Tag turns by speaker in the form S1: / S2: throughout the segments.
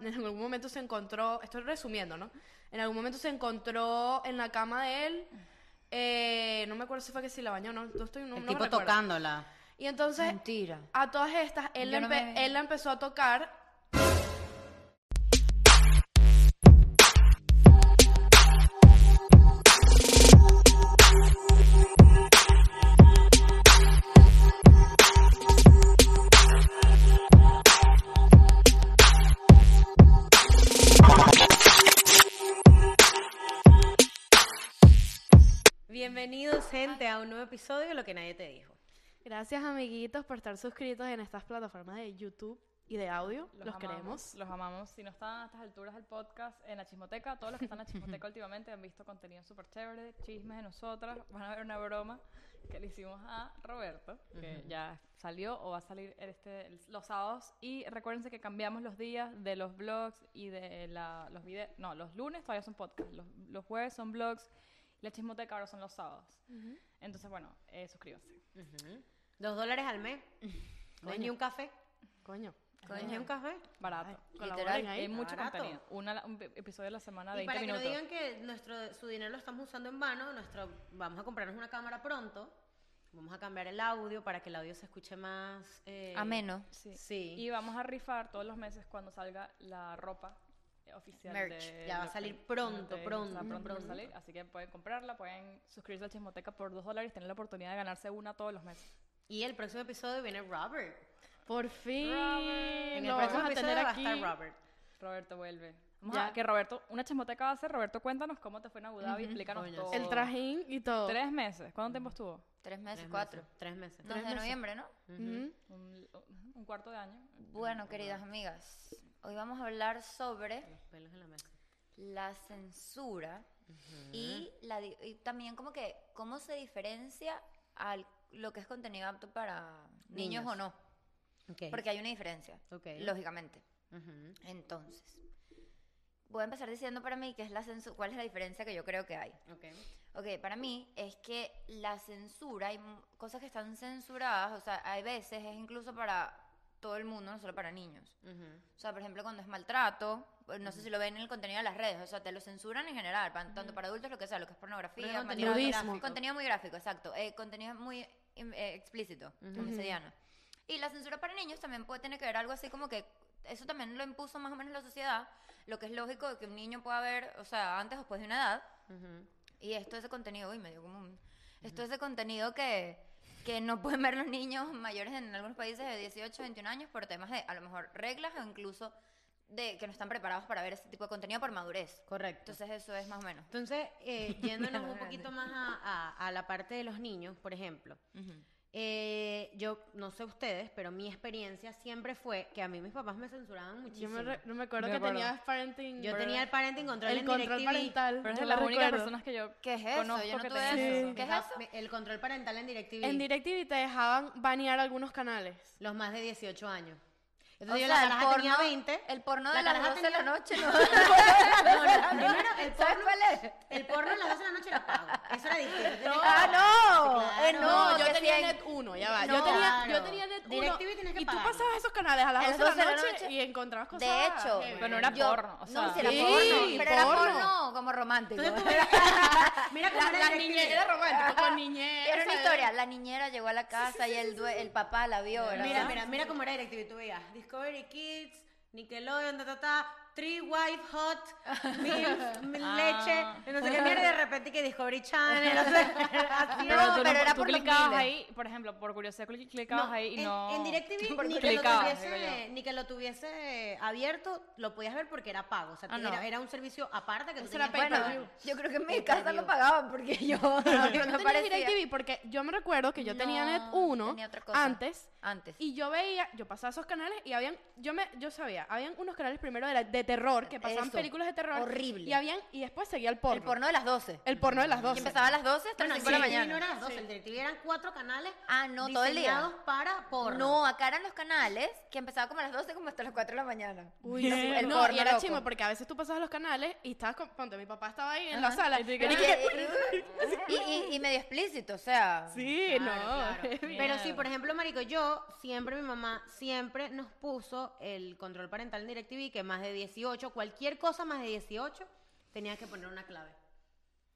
S1: en algún momento se encontró, estoy resumiendo, ¿no? En algún momento se encontró en la cama de él, eh, no me acuerdo si fue que si la bañó, no, no estoy, no,
S2: El
S1: no
S2: tipo
S1: recuerdo.
S2: tocándola.
S1: Y entonces,
S3: Mentira.
S1: a todas estas, él,
S3: Yo
S1: la
S3: no me
S1: empe-
S3: vi.
S1: él la empezó a tocar.
S4: Bienvenidos, gente, a un nuevo episodio de Lo que nadie te dijo.
S1: Gracias, amiguitos, por estar suscritos en estas plataformas de YouTube y de audio. Los, queremos.
S5: Los amamos. Si no están a estas alturas del podcast en la chismoteca, todos los que están en la chismoteca últimamente han visto contenido súper chévere, chismes de nosotras. Van a ver una broma que le hicimos a Roberto, que ya salió o va a salir este, los sábados. Y recuérdense que cambiamos los días de los vlogs y de la- los videos. No, los lunes todavía son podcasts, los, los jueves son vlogs. y La chismoteca ahora son los sábados. Entonces, bueno, eh, suscríbanse.
S4: Dos dólares al mes. Coño, ¿y un café?
S1: Coño.
S4: ¿Coño, un café?
S5: Barato.
S1: Colaboren
S5: Colaboren,
S1: ahí.
S5: Hay mucho
S4: Barato.
S5: contenido. Una, un episodio a la semana de
S4: Y
S5: 20
S4: para que no
S5: Ah,
S4: digan
S5: minutos.
S4: que nuestro, su dinero lo estamos usando en vano, nuestro, vamos a comprarnos una cámara pronto. Vamos a cambiar el audio para que el audio se escuche más... eh,
S3: Ameno.
S5: Sí.
S4: Sí.
S5: Y vamos a rifar todos los meses cuando salga la ropa oficial.
S3: Merch.
S5: de
S4: Ya va a
S5: lo
S4: salir
S5: que-
S4: pronto,
S5: que está
S4: pronto,
S5: pronto por
S4: pronto.
S5: salir. Así que pueden comprarla, pueden suscribirse a Chismoteca por dos dólares, tener la oportunidad de ganarse una todos los meses.
S4: Y el próximo episodio viene Robert.
S1: Por fin.
S4: En el
S1: lo
S4: próximo
S1: vamos a
S4: episodio
S1: tener
S4: va a
S1: aquí.
S4: estar Robert.
S5: Roberto vuelve. Vamos
S1: Ya.
S5: a- que Roberto, una chismoteca va a ser. Roberto, cuéntanos cómo te fue en Abu Dhabi, explícanos
S4: Coño,
S5: todo.
S4: sí.
S1: El trajín y todo.
S5: Tres meses. ¿Cuánto tiempo estuvo?
S3: Tres meses,
S4: Tres
S3: cuatro.
S4: meses, Tres meses.
S3: No, de noviembre, ¿no?
S1: Ujú.
S5: Un, un cuarto de año.
S3: Bueno, queridas amigas, hoy vamos a hablar sobre
S4: Los pelos en la mesa.
S3: la censura y, la, di- y también como que cómo se diferencia al lo que es contenido apto para niños,
S4: Niños.
S3: o no.
S4: Ok.
S3: Porque hay una diferencia,
S4: Ok.
S3: lógicamente.
S4: Ujú.
S3: Entonces, voy a empezar diciendo para mí qué es la censu- cuál es la diferencia que yo creo que hay.
S4: Ok.
S3: Ok, para mí es que la censura, hay mu- cosas que están censuradas, o sea, hay veces es incluso para todo el mundo, no solo para niños.
S4: Ujú.
S3: O sea, por ejemplo, cuando es maltrato, pues, no sé si lo ven en el contenido de las redes, o sea, te lo censuran en general, pa- tanto para adultos, lo que sea, lo que es pornografía,
S4: Pero es
S3: maltrato,
S1: contenido gráfico.
S3: contenido muy gráfico, exacto, eh, contenido muy im- eh, explícito, como dice Diana. Y la censura para niños también puede tener que ver algo así como que eso también lo impuso más o menos la sociedad, lo que es lógico de que un niño pueda ver, o sea, antes o después de una edad, y esto es de contenido, uy, me dio como un- Esto es de contenido que, que no pueden ver los niños mayores en algunos países de 18, 21 años por temas de, a lo mejor, reglas o incluso de que no están preparados para ver ese tipo de contenido por madurez.
S4: Correcto.
S3: Entonces eso es más o menos.
S4: Entonces, eh, yéndonos un
S3: Grande.
S4: poquito más a, a- a la parte de los niños, por ejemplo. Eh, yo no sé ustedes, pero mi experiencia siempre fue que a mí mis papás me censuraban
S1: Yo
S4: muchísimo.
S1: me,
S4: Yo,
S1: re- no me acuerdo
S5: Me
S1: que
S5: acuerdo.
S1: tenías parenting.
S4: tenía el parenting control
S1: el
S4: en
S1: control
S4: DirecTV.
S1: parental.
S5: Pero
S1: yo
S5: es de
S1: lo
S5: las únicas
S1: recuerdo.
S5: personas que yo
S3: ¿Qué es eso?
S5: conozco
S3: Yo no
S5: que
S3: tuve
S5: tenía
S3: eso.
S5: eso.
S3: ¿Qué es
S4: Deja-
S3: eso?
S4: me- El control parental en DirecTV.
S1: En DirecTV te dejaban banear algunos canales.
S4: los más de 18 años.
S3: O
S4: Entonces yo
S3: sea,
S4: la caraja tenía 20.
S3: el porno de las
S4: caraja
S3: 12 de la
S4: tenía-
S3: noche. No.
S4: No, no, primero, el
S3: ¿Sabes
S4: porno,
S3: cuál es?
S4: el porno a las 12 de la noche era pago. Eso era distinto.
S3: ¡Ah, no!
S4: Claro.
S3: Eh,
S1: No,
S3: no,
S1: yo
S3: que
S1: tenía
S3: si en-
S1: Net 1, ya va.
S3: No,
S1: yo, tenía,
S4: claro.
S1: yo tenía Net 1.
S4: DirecTV tenías que
S1: y tú
S4: pagarlo.
S1: pasabas esos canales a
S3: A
S1: las
S3: las
S1: 12 de la
S3: 12
S1: noche,
S3: de la noche.
S1: y encontrabas cosas.
S3: De hecho,
S1: heavy.
S5: Bueno, era
S3: yo-
S5: porno, o
S3: no,
S5: sea.
S3: si era
S1: Sí,
S3: porno, pero era
S1: porno.
S3: porno como romántico.
S4: Entonces tú
S3: Era-
S4: Mira cómo
S1: la,
S4: era
S1: la
S4: DirecTV.
S1: niñera romántica con niñera.
S3: Era una
S1: ¿sabes?
S3: historia. La niñera llegó a la casa y el, due- el papá la vio, ¿verdad?
S4: Mira, mira, mira cómo era DirecTV, tú veías Discovery Kids, Nickelodeon, ta, ta, ta, Three Wife Hot, Milf, Mil
S5: Ah.
S4: Leche, no sé qué mierda, y de repente que Discovery Channel, no sé, así
S3: Pero
S5: Pero,
S4: era.
S3: tú
S5: tú,
S3: no- tú
S5: clicabas ahí, por ejemplo, por curiosidad cli- clicabas ahí y
S4: en,
S5: no.
S4: en DirecTV
S5: Porque
S4: ni que, lo
S5: clicabas,
S4: tuviese,
S5: digo
S4: ni que lo tuviese abierto, lo podías ver porque era pago. O sea,
S3: Ah, no.
S4: era, era un servicio aparte que tú
S1: Eso era
S4: tenías que
S1: pay-per-view.
S4: pagar.
S3: Bueno, yo creo que en mi casa lo pagaban porque yo no,
S1: Yo no
S3: no
S1: tenía
S3: parecía.
S1: DirecTV porque yo me recuerdo que yo tenía
S3: No,
S1: Net 1
S3: tenía otra cosa.
S1: antes
S3: Antes.
S1: y yo veía, yo pasaba esos canales y habían, yo me, yo sabía, habían unos canales primero de, la- de terror que pasaban
S3: Eso,
S1: películas de terror
S3: horrible.
S1: y habían y después seguía el porno,
S3: el porno de las 12.
S1: El porno de las 12.
S3: Que empezaba a las 12 hasta
S4: Bueno,
S3: las
S4: el
S3: 5 de la
S4: DirecTV no
S3: mañana.
S4: era las 12, el DirecTV eran cuatro canales
S3: Ah, no, todo el día.
S4: diseñados para porno.
S3: No, acá eran los canales que empezaba como a las 12 como hasta las 4 de la mañana.
S1: Uy, sí.
S3: el
S1: no,
S3: porno
S1: y era
S3: loco.
S1: chimo porque a veces tú pasabas los canales y estabas con, ponte, mi papá estaba ahí en la
S3: Ajá.
S1: sala.
S5: Y tú
S1: Y
S5: que-
S3: Y,
S1: era
S3: que- y, y- y medio explícito, o sea.
S1: Sí,
S4: Claro,
S1: no.
S4: claro. Pero sí, por ejemplo, marico, yo siempre, mi mamá siempre nos puso el control parental en DirecTV que más de 18 18, cualquier cosa más de 18, tenías que poner una clave.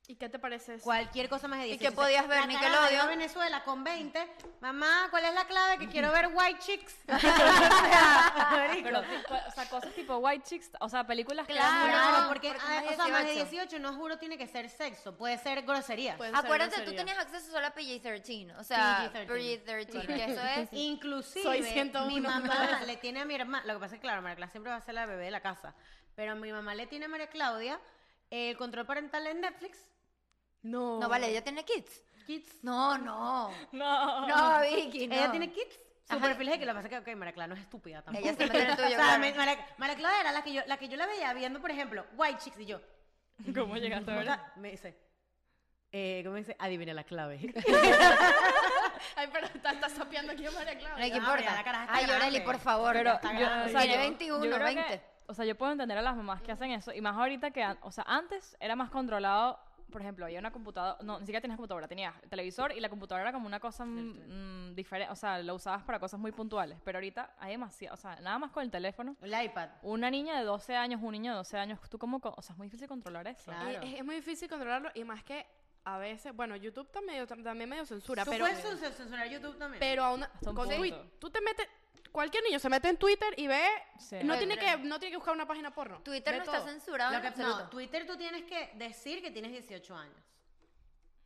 S1: ¿Y qué te parece eso?
S4: Cualquier cosa más de 18.
S3: qué podías ver?
S4: La cara de
S3: Nickelodeon.
S4: Mayor Venezuela con 20. Mamá, ¿cuál es la clave? Que quiero ver White Chicks.
S5: Pero, tipo, o sea, cosas tipo White Chicks, o sea, películas que eran muy-
S3: Claro,
S4: Claro, porque,
S3: porque
S4: ah,
S3: más de
S4: o sea, más de
S3: 18.
S4: 18, no juro, tiene que ser sexo, puede ser grosería.
S1: Puede ser
S3: Acuérdate, tú
S1: grosería.
S3: tenías acceso solo a PG-13, o sea,
S4: PG-13.
S3: PG-13, que eso es...
S4: Inclusive,
S1: Soy 101.
S4: mi mamá le tiene a mi hermana, lo que pasa es que claro, María Clara siempre va a ser la bebé de la casa, pero mi mamá le tiene a María Claudia el control parental en Netflix,
S1: No.
S3: No, vale, ella tiene kids.
S4: Kids.
S3: No, no.
S5: No.
S3: No, Vicky, no.
S4: Ella tiene Kids. Su
S3: Ajá.
S4: perfil es que lo que pasa es que, ok, María Clara no es estúpida tampoco.
S3: Ella se mete en el tuyo,
S4: O sea,
S3: claro.
S4: me- María, María Clara era la que, yo, la que yo la veía viendo, por ejemplo, White Chicks y yo,
S5: ¿Cómo llegaste a
S4: o
S5: ver?
S4: sea, me dice, eh, ¿cómo me dice? Adivina la clave.
S1: Ay, pero estás está sapeando aquí a María
S3: No, ¿y
S1: Claudia.
S4: Ah,
S3: ¿qué
S4: pero
S3: importa?
S4: la caraja está
S3: Ay,
S4: grande.
S3: Yoreli, por favor.
S5: Pero
S3: Está
S5: yo-
S3: grande.
S5: o sea,
S3: Tiene
S5: yo-
S3: 21,
S5: yo creo que-
S3: 20.
S5: o sea, yo puedo entender a las mamás que hacen eso. Y más ahorita que, an- o sea, antes era más controlado. Por ejemplo, había una computadora, no, ni siquiera tenías computadora, tenías el televisor y la computadora era como una cosa diferente, o sea, la usabas para cosas muy puntuales, pero ahorita hay demasiado, o sea, nada más con el teléfono.
S4: El iPad.
S5: Una niña de 12 años, un niño de 12 años, tú como, o sea, es muy difícil controlar eso.
S4: Claro.
S1: Y Es, es muy difícil controlarlo y más que a veces, bueno, YouTube también, también medio censura,
S4: Tú
S1: pero
S4: puedes cens- censurar YouTube también.
S1: pero aún
S5: un
S1: con
S5: punto.
S1: Twitter, tú te metes cualquier niño se mete en Twitter y ve,
S5: Sí.
S1: no
S3: Sí,
S1: tiene que
S3: pero-
S1: no tiene que buscar una página porno.
S3: Twitter
S1: Ve
S3: no está
S1: todo.
S3: censurado
S4: Lo
S3: en
S4: que- no,
S3: absoluto.
S4: Twitter tú tienes que decir que tienes 18 años.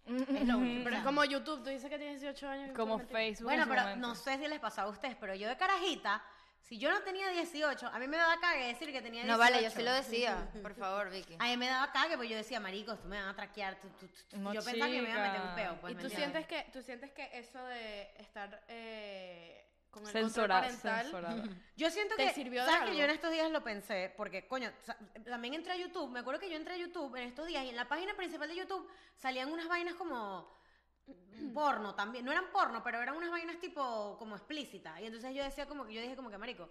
S4: Es lo único.
S1: Pero es como YouTube, tú dices que tienes 18 años. y
S5: Como
S1: tú te metes.
S5: Facebook. en
S4: Bueno,
S5: su
S4: pero
S5: momento.
S4: no sé si les pasaba a ustedes, pero yo de carajita, si yo no tenía 18, a mí me daba cague decir que tenía 18.
S3: No, vale, yo sí lo decía. Por favor, Vicky.
S4: A mí me daba cague, pues yo decía, maricos, tú me van a traquear. tú- tú- tú- tú".
S5: No,
S4: yo pensaba que me iba a meter un
S5: chica.
S4: peo. Pues,
S1: y
S4: ¿me
S1: tú
S4: entiendes?
S1: sientes que tú sientes que eso de estar eh, con el
S5: Censurado,
S1: control parental
S5: censurado.
S4: Yo siento
S1: ¿Te
S4: que.
S1: sirvió de
S4: ¿Sabes
S1: algo?
S4: que yo en estos días lo pensé? Porque, coño, sa- también entré a YouTube. Me acuerdo que yo entré a YouTube en estos días y en la página principal de YouTube salían unas vainas como. porno también. No eran porno, pero eran unas vainas tipo. como explícitas. Y entonces yo decía como que. yo dije como que, marico.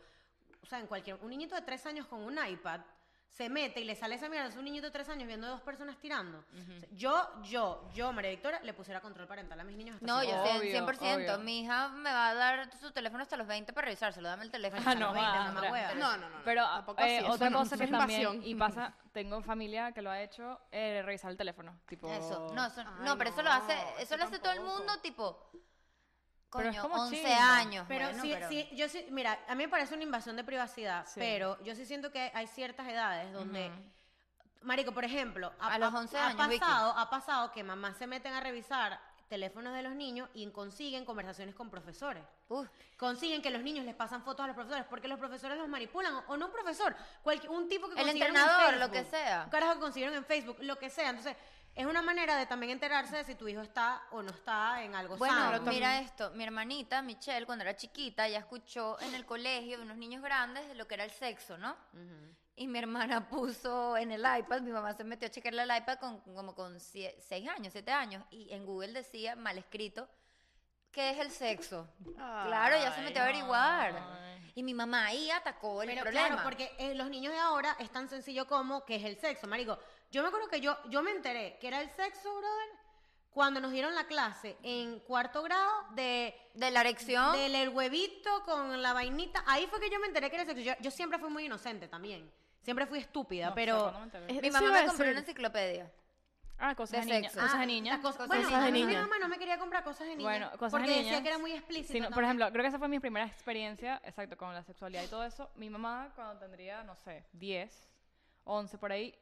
S4: O sea, en cualquier. un niñito de tres años con un iPad se mete y le sale esa mierda. Es un niñito de tres años viendo dos personas tirando. O sea, yo, yo, yo, María Victoria, le pusiera control parental a mis niños. hasta
S3: No,
S4: cierto
S3: yo
S5: Obvio,
S3: sé, 100%.
S5: obvio.
S3: Mi hija me va a dar su teléfono hasta los 20 para revisárselo. Dame el teléfono.
S5: Ah,
S3: hasta
S5: no,
S3: los 20,
S5: va,
S3: mamá
S5: Andrea.
S3: hueva.
S1: No, no, no, no.
S5: Pero
S1: tampoco
S5: eh,
S1: así, eso
S5: otra
S1: no-
S5: cosa
S1: eso
S5: que
S1: es
S5: también
S1: invasión.
S5: y pasa, tengo familia que lo ha hecho eh, revisar el teléfono, tipo
S3: Eso, no, eso-
S1: Ay,
S3: no, pero eso lo
S1: no,
S3: hace, eso
S1: eso
S3: lo hace todo el
S1: tampoco.
S3: mundo, tipo,
S5: Pero es
S3: coño,
S5: como
S3: 11
S5: chimba.
S3: años,
S4: Pero
S3: bueno,
S4: sí,
S3: pero-
S4: sí, yo sí, mira, a mí me parece una invasión de privacidad,
S5: Sí.
S4: pero yo sí siento que hay ciertas edades donde, marico, por ejemplo, ha,
S3: A los
S4: ha-
S3: 11
S4: ha
S3: años, Vicky.
S4: pasado, ha pasado que mamás se meten a revisar teléfonos de los niños y consiguen conversaciones con profesores.
S3: Uf,
S4: Consiguen que los niños les pasan fotos a los profesores porque los profesores los manipulan o, o no un profesor, cualquier, un tipo que
S3: El
S4: consiguieron en
S3: entrenador, lo
S4: Facebook,
S3: que sea.
S4: Un carajo que consiguieron en Facebook, lo que sea. Entonces, es una manera de también enterarse de si tu hijo está o no está en algo
S3: Bueno,
S4: sano.
S3: mira esto, mi hermanita Michelle cuando era chiquita ya escuchó en el colegio de unos niños grandes de lo que era el sexo, ¿no? Y mi hermana puso en el iPad, mi mamá se metió a chequearle el iPad con, como con 6 años, 7 años, y en Google decía, mal escrito, ¿qué es el sexo? claro, ya se metió a averiguar. Y mi mamá ahí atacó el
S4: Pero
S3: problema.
S4: claro, porque eh, los niños de ahora es tan sencillo como que es el sexo, marico. Yo me acuerdo que yo, yo me enteré que era el sexo, brother, cuando nos dieron la clase en cuarto grado de
S3: De la erección.
S4: del el huevito con la vainita. Ahí fue que yo me enteré que era el sexo. Yo, yo siempre fui muy inocente también. Siempre fui estúpida,
S5: No, o sea,
S4: pero...
S5: cuando me enteré.
S1: Es-
S3: Mi
S1: eso
S3: mamá
S1: iba a
S3: me compró
S1: decir.
S3: una enciclopedia.
S5: Ah, cosas
S3: de
S5: de, niña,
S3: sexo.
S5: cosas
S4: Ah,
S5: de niña.
S4: las cosas-
S3: Cosas de
S4: bueno, a mí
S1: niña.
S4: Mi mamá no me quería comprar cosas de niña.
S5: Bueno, cosas
S4: porque
S5: de
S4: decía
S5: niñas.
S4: que era muy
S5: Sí,
S4: explícito.
S5: no, por
S4: también.
S5: ejemplo, creo que esa fue mi primera experiencia, exacto, con la sexualidad y todo eso. Mi mamá, cuando tendría, no sé, 10, 11 por ahí,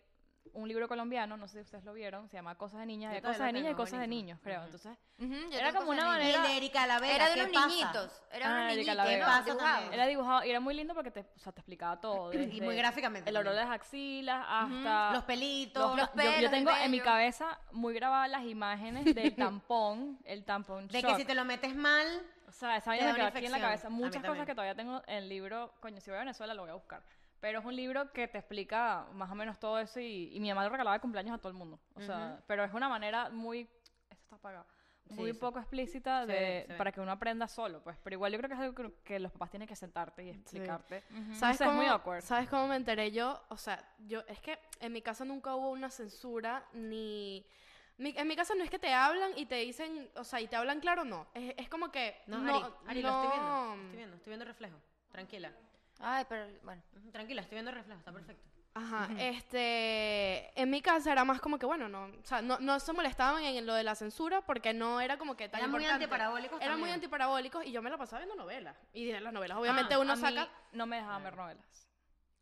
S5: un libro colombiano, no sé si ustedes lo vieron, se llama Cosas de Niñas,
S4: Yo
S5: de
S4: todavía
S5: cosas de
S4: lo
S5: niñas y
S4: tengo,
S5: cosas de
S4: buenísimo.
S5: niños, creo. Entonces,
S3: Ujú, yo
S5: Era
S3: tengo
S5: como
S3: cosas
S5: una
S3: de
S5: manera-
S3: niña.
S4: El de Erika la Vega,
S3: Era de
S4: ¿qué
S3: unos
S4: pasa?
S3: niñitos. Era
S5: Ah,
S3: de unos
S5: de
S3: niñitos.
S5: Calavera.
S3: ¿no?
S4: Pasa
S3: Dibujados.
S4: también.
S5: Era dibujado y era muy lindo porque te, o sea, te explicaba todo.
S4: Y muy
S5: desde
S4: gráficamente
S5: El olor de
S4: también.
S5: las axilas hasta.
S4: Los pelitos.
S3: Los
S5: yo- yo,
S3: pelos, el
S5: tengo en mi
S3: vello.
S5: cabeza muy grabadas las imágenes del tampón, el tampón
S4: de que
S5: shock.
S4: si te lo metes mal...
S5: O sea, esa
S4: da
S5: vaina me
S4: una
S5: quedó aquí en la
S4: infección.
S5: cabeza.
S4: A mí
S5: Muchas cosas
S4: también.
S5: que todavía tengo en el libro. Coño, si voy a Venezuela lo voy a buscar. Pero es un libro que te explica más o menos todo eso y, y mi mamá lo regalaba de cumpleaños a todo el mundo. O sea, pero es una manera muy... Esto está apagado. Muy
S4: sí.
S5: poco explícita
S4: Se
S5: de,
S4: ve, se ve.
S5: para que uno aprenda solo, pues. Pero igual yo creo que es algo que, que los papás tienen que sentarte y explicarte. No
S1: ¿Sabes
S5: sé, es
S1: cómo,
S5: muy awkward.
S1: ¿Sabes cómo me enteré yo? O sea, yo es que en mi casa nunca hubo una censura ni... mi- en mi casa no es que te hablan y te dicen, o sea, y te hablan claro, no. Es, es como que...
S4: No,
S1: no,
S4: Ari, Ari, lo estoy viendo.
S1: no.
S4: Estoy viendo, estoy viendo el reflejo. Tranquila.
S3: Ay, pero bueno.
S4: Ujú, Tranquila, estoy viendo el reflejo, está perfecto.
S1: Ajá, este, en mi casa era más como que, bueno, no, o sea, no, no se molestaban en lo de la censura porque no era como que tan
S4: Eran muy
S1: importante.
S4: antiparabólicos
S1: Eran muy
S4: también.
S1: antiparabólicos y yo me la pasaba viendo novelas. Y de las novelas, obviamente uno
S5: Ah, a mí
S1: saca...
S5: no me
S4: Ah.
S5: dejaban ver novelas.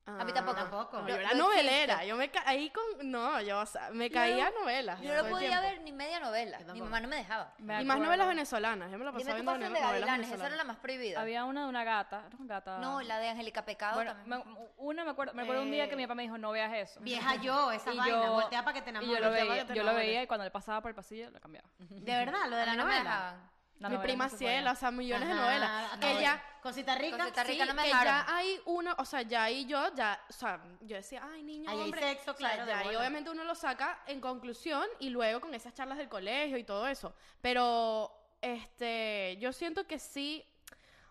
S1: A
S3: mí tampoco.
S4: Tampoco.
S1: yo
S3: Lo-
S1: Ah, era
S3: lo
S1: novelera, yo me ca- ahí con... No, yo, o sea, me caía novelas.
S3: Yo
S1: todo
S3: no
S1: el
S3: podía
S1: tiempo.
S3: ver ni media novela. Mi
S4: tampoco.
S3: mamá no me dejaba.
S5: Me
S1: Y más
S5: acuerdo.
S1: novelas venezolanas, yo me la pasaba
S3: Dime tú
S1: viendo
S3: cuál fue
S1: novelas
S3: la de Gavilanes, esa era
S1: venezolanas.
S3: la más prohibida.
S5: Había una de una gata, era una gata.
S3: No, la de Angélica Pecado
S5: Bueno,
S3: también.
S5: me- una me acuerdo, me acuerdo un día que mi papá me dijo, no veas eso.
S4: Eh, Vieja yo, esa
S5: Y
S4: vaina,
S5: yo-
S4: voltea para que te
S5: y
S4: enamores.
S5: yo lo
S4: voltea pa'
S5: veía,
S4: que te
S5: yo lo
S4: enamores.
S5: veía y cuando le pasaba por el pasillo lo cambiaba.
S4: De verdad, lo de
S3: A
S4: la
S3: mí no me
S4: novela.
S3: dejaban.
S5: La
S1: Mi
S5: novela
S1: prima
S5: no se podía.
S1: Ciela, o sea, millones de
S3: Ajá,
S1: novelas. Que
S3: novela.
S1: ya...
S4: Cosita rica.
S3: Costa Rica
S1: Sí,
S3: no me
S1: que
S3: dejaron.
S1: ya hay uno, o sea, ya ahí yo, ya, o sea, yo decía, ay, niño,
S4: Ahí hay
S1: hombre.
S4: sexo,
S1: O sea,
S4: claro, de
S1: ya ahí
S4: bola.
S1: obviamente uno lo saca en conclusión y luego con esas charlas del colegio y todo eso. Pero, este, yo siento que sí.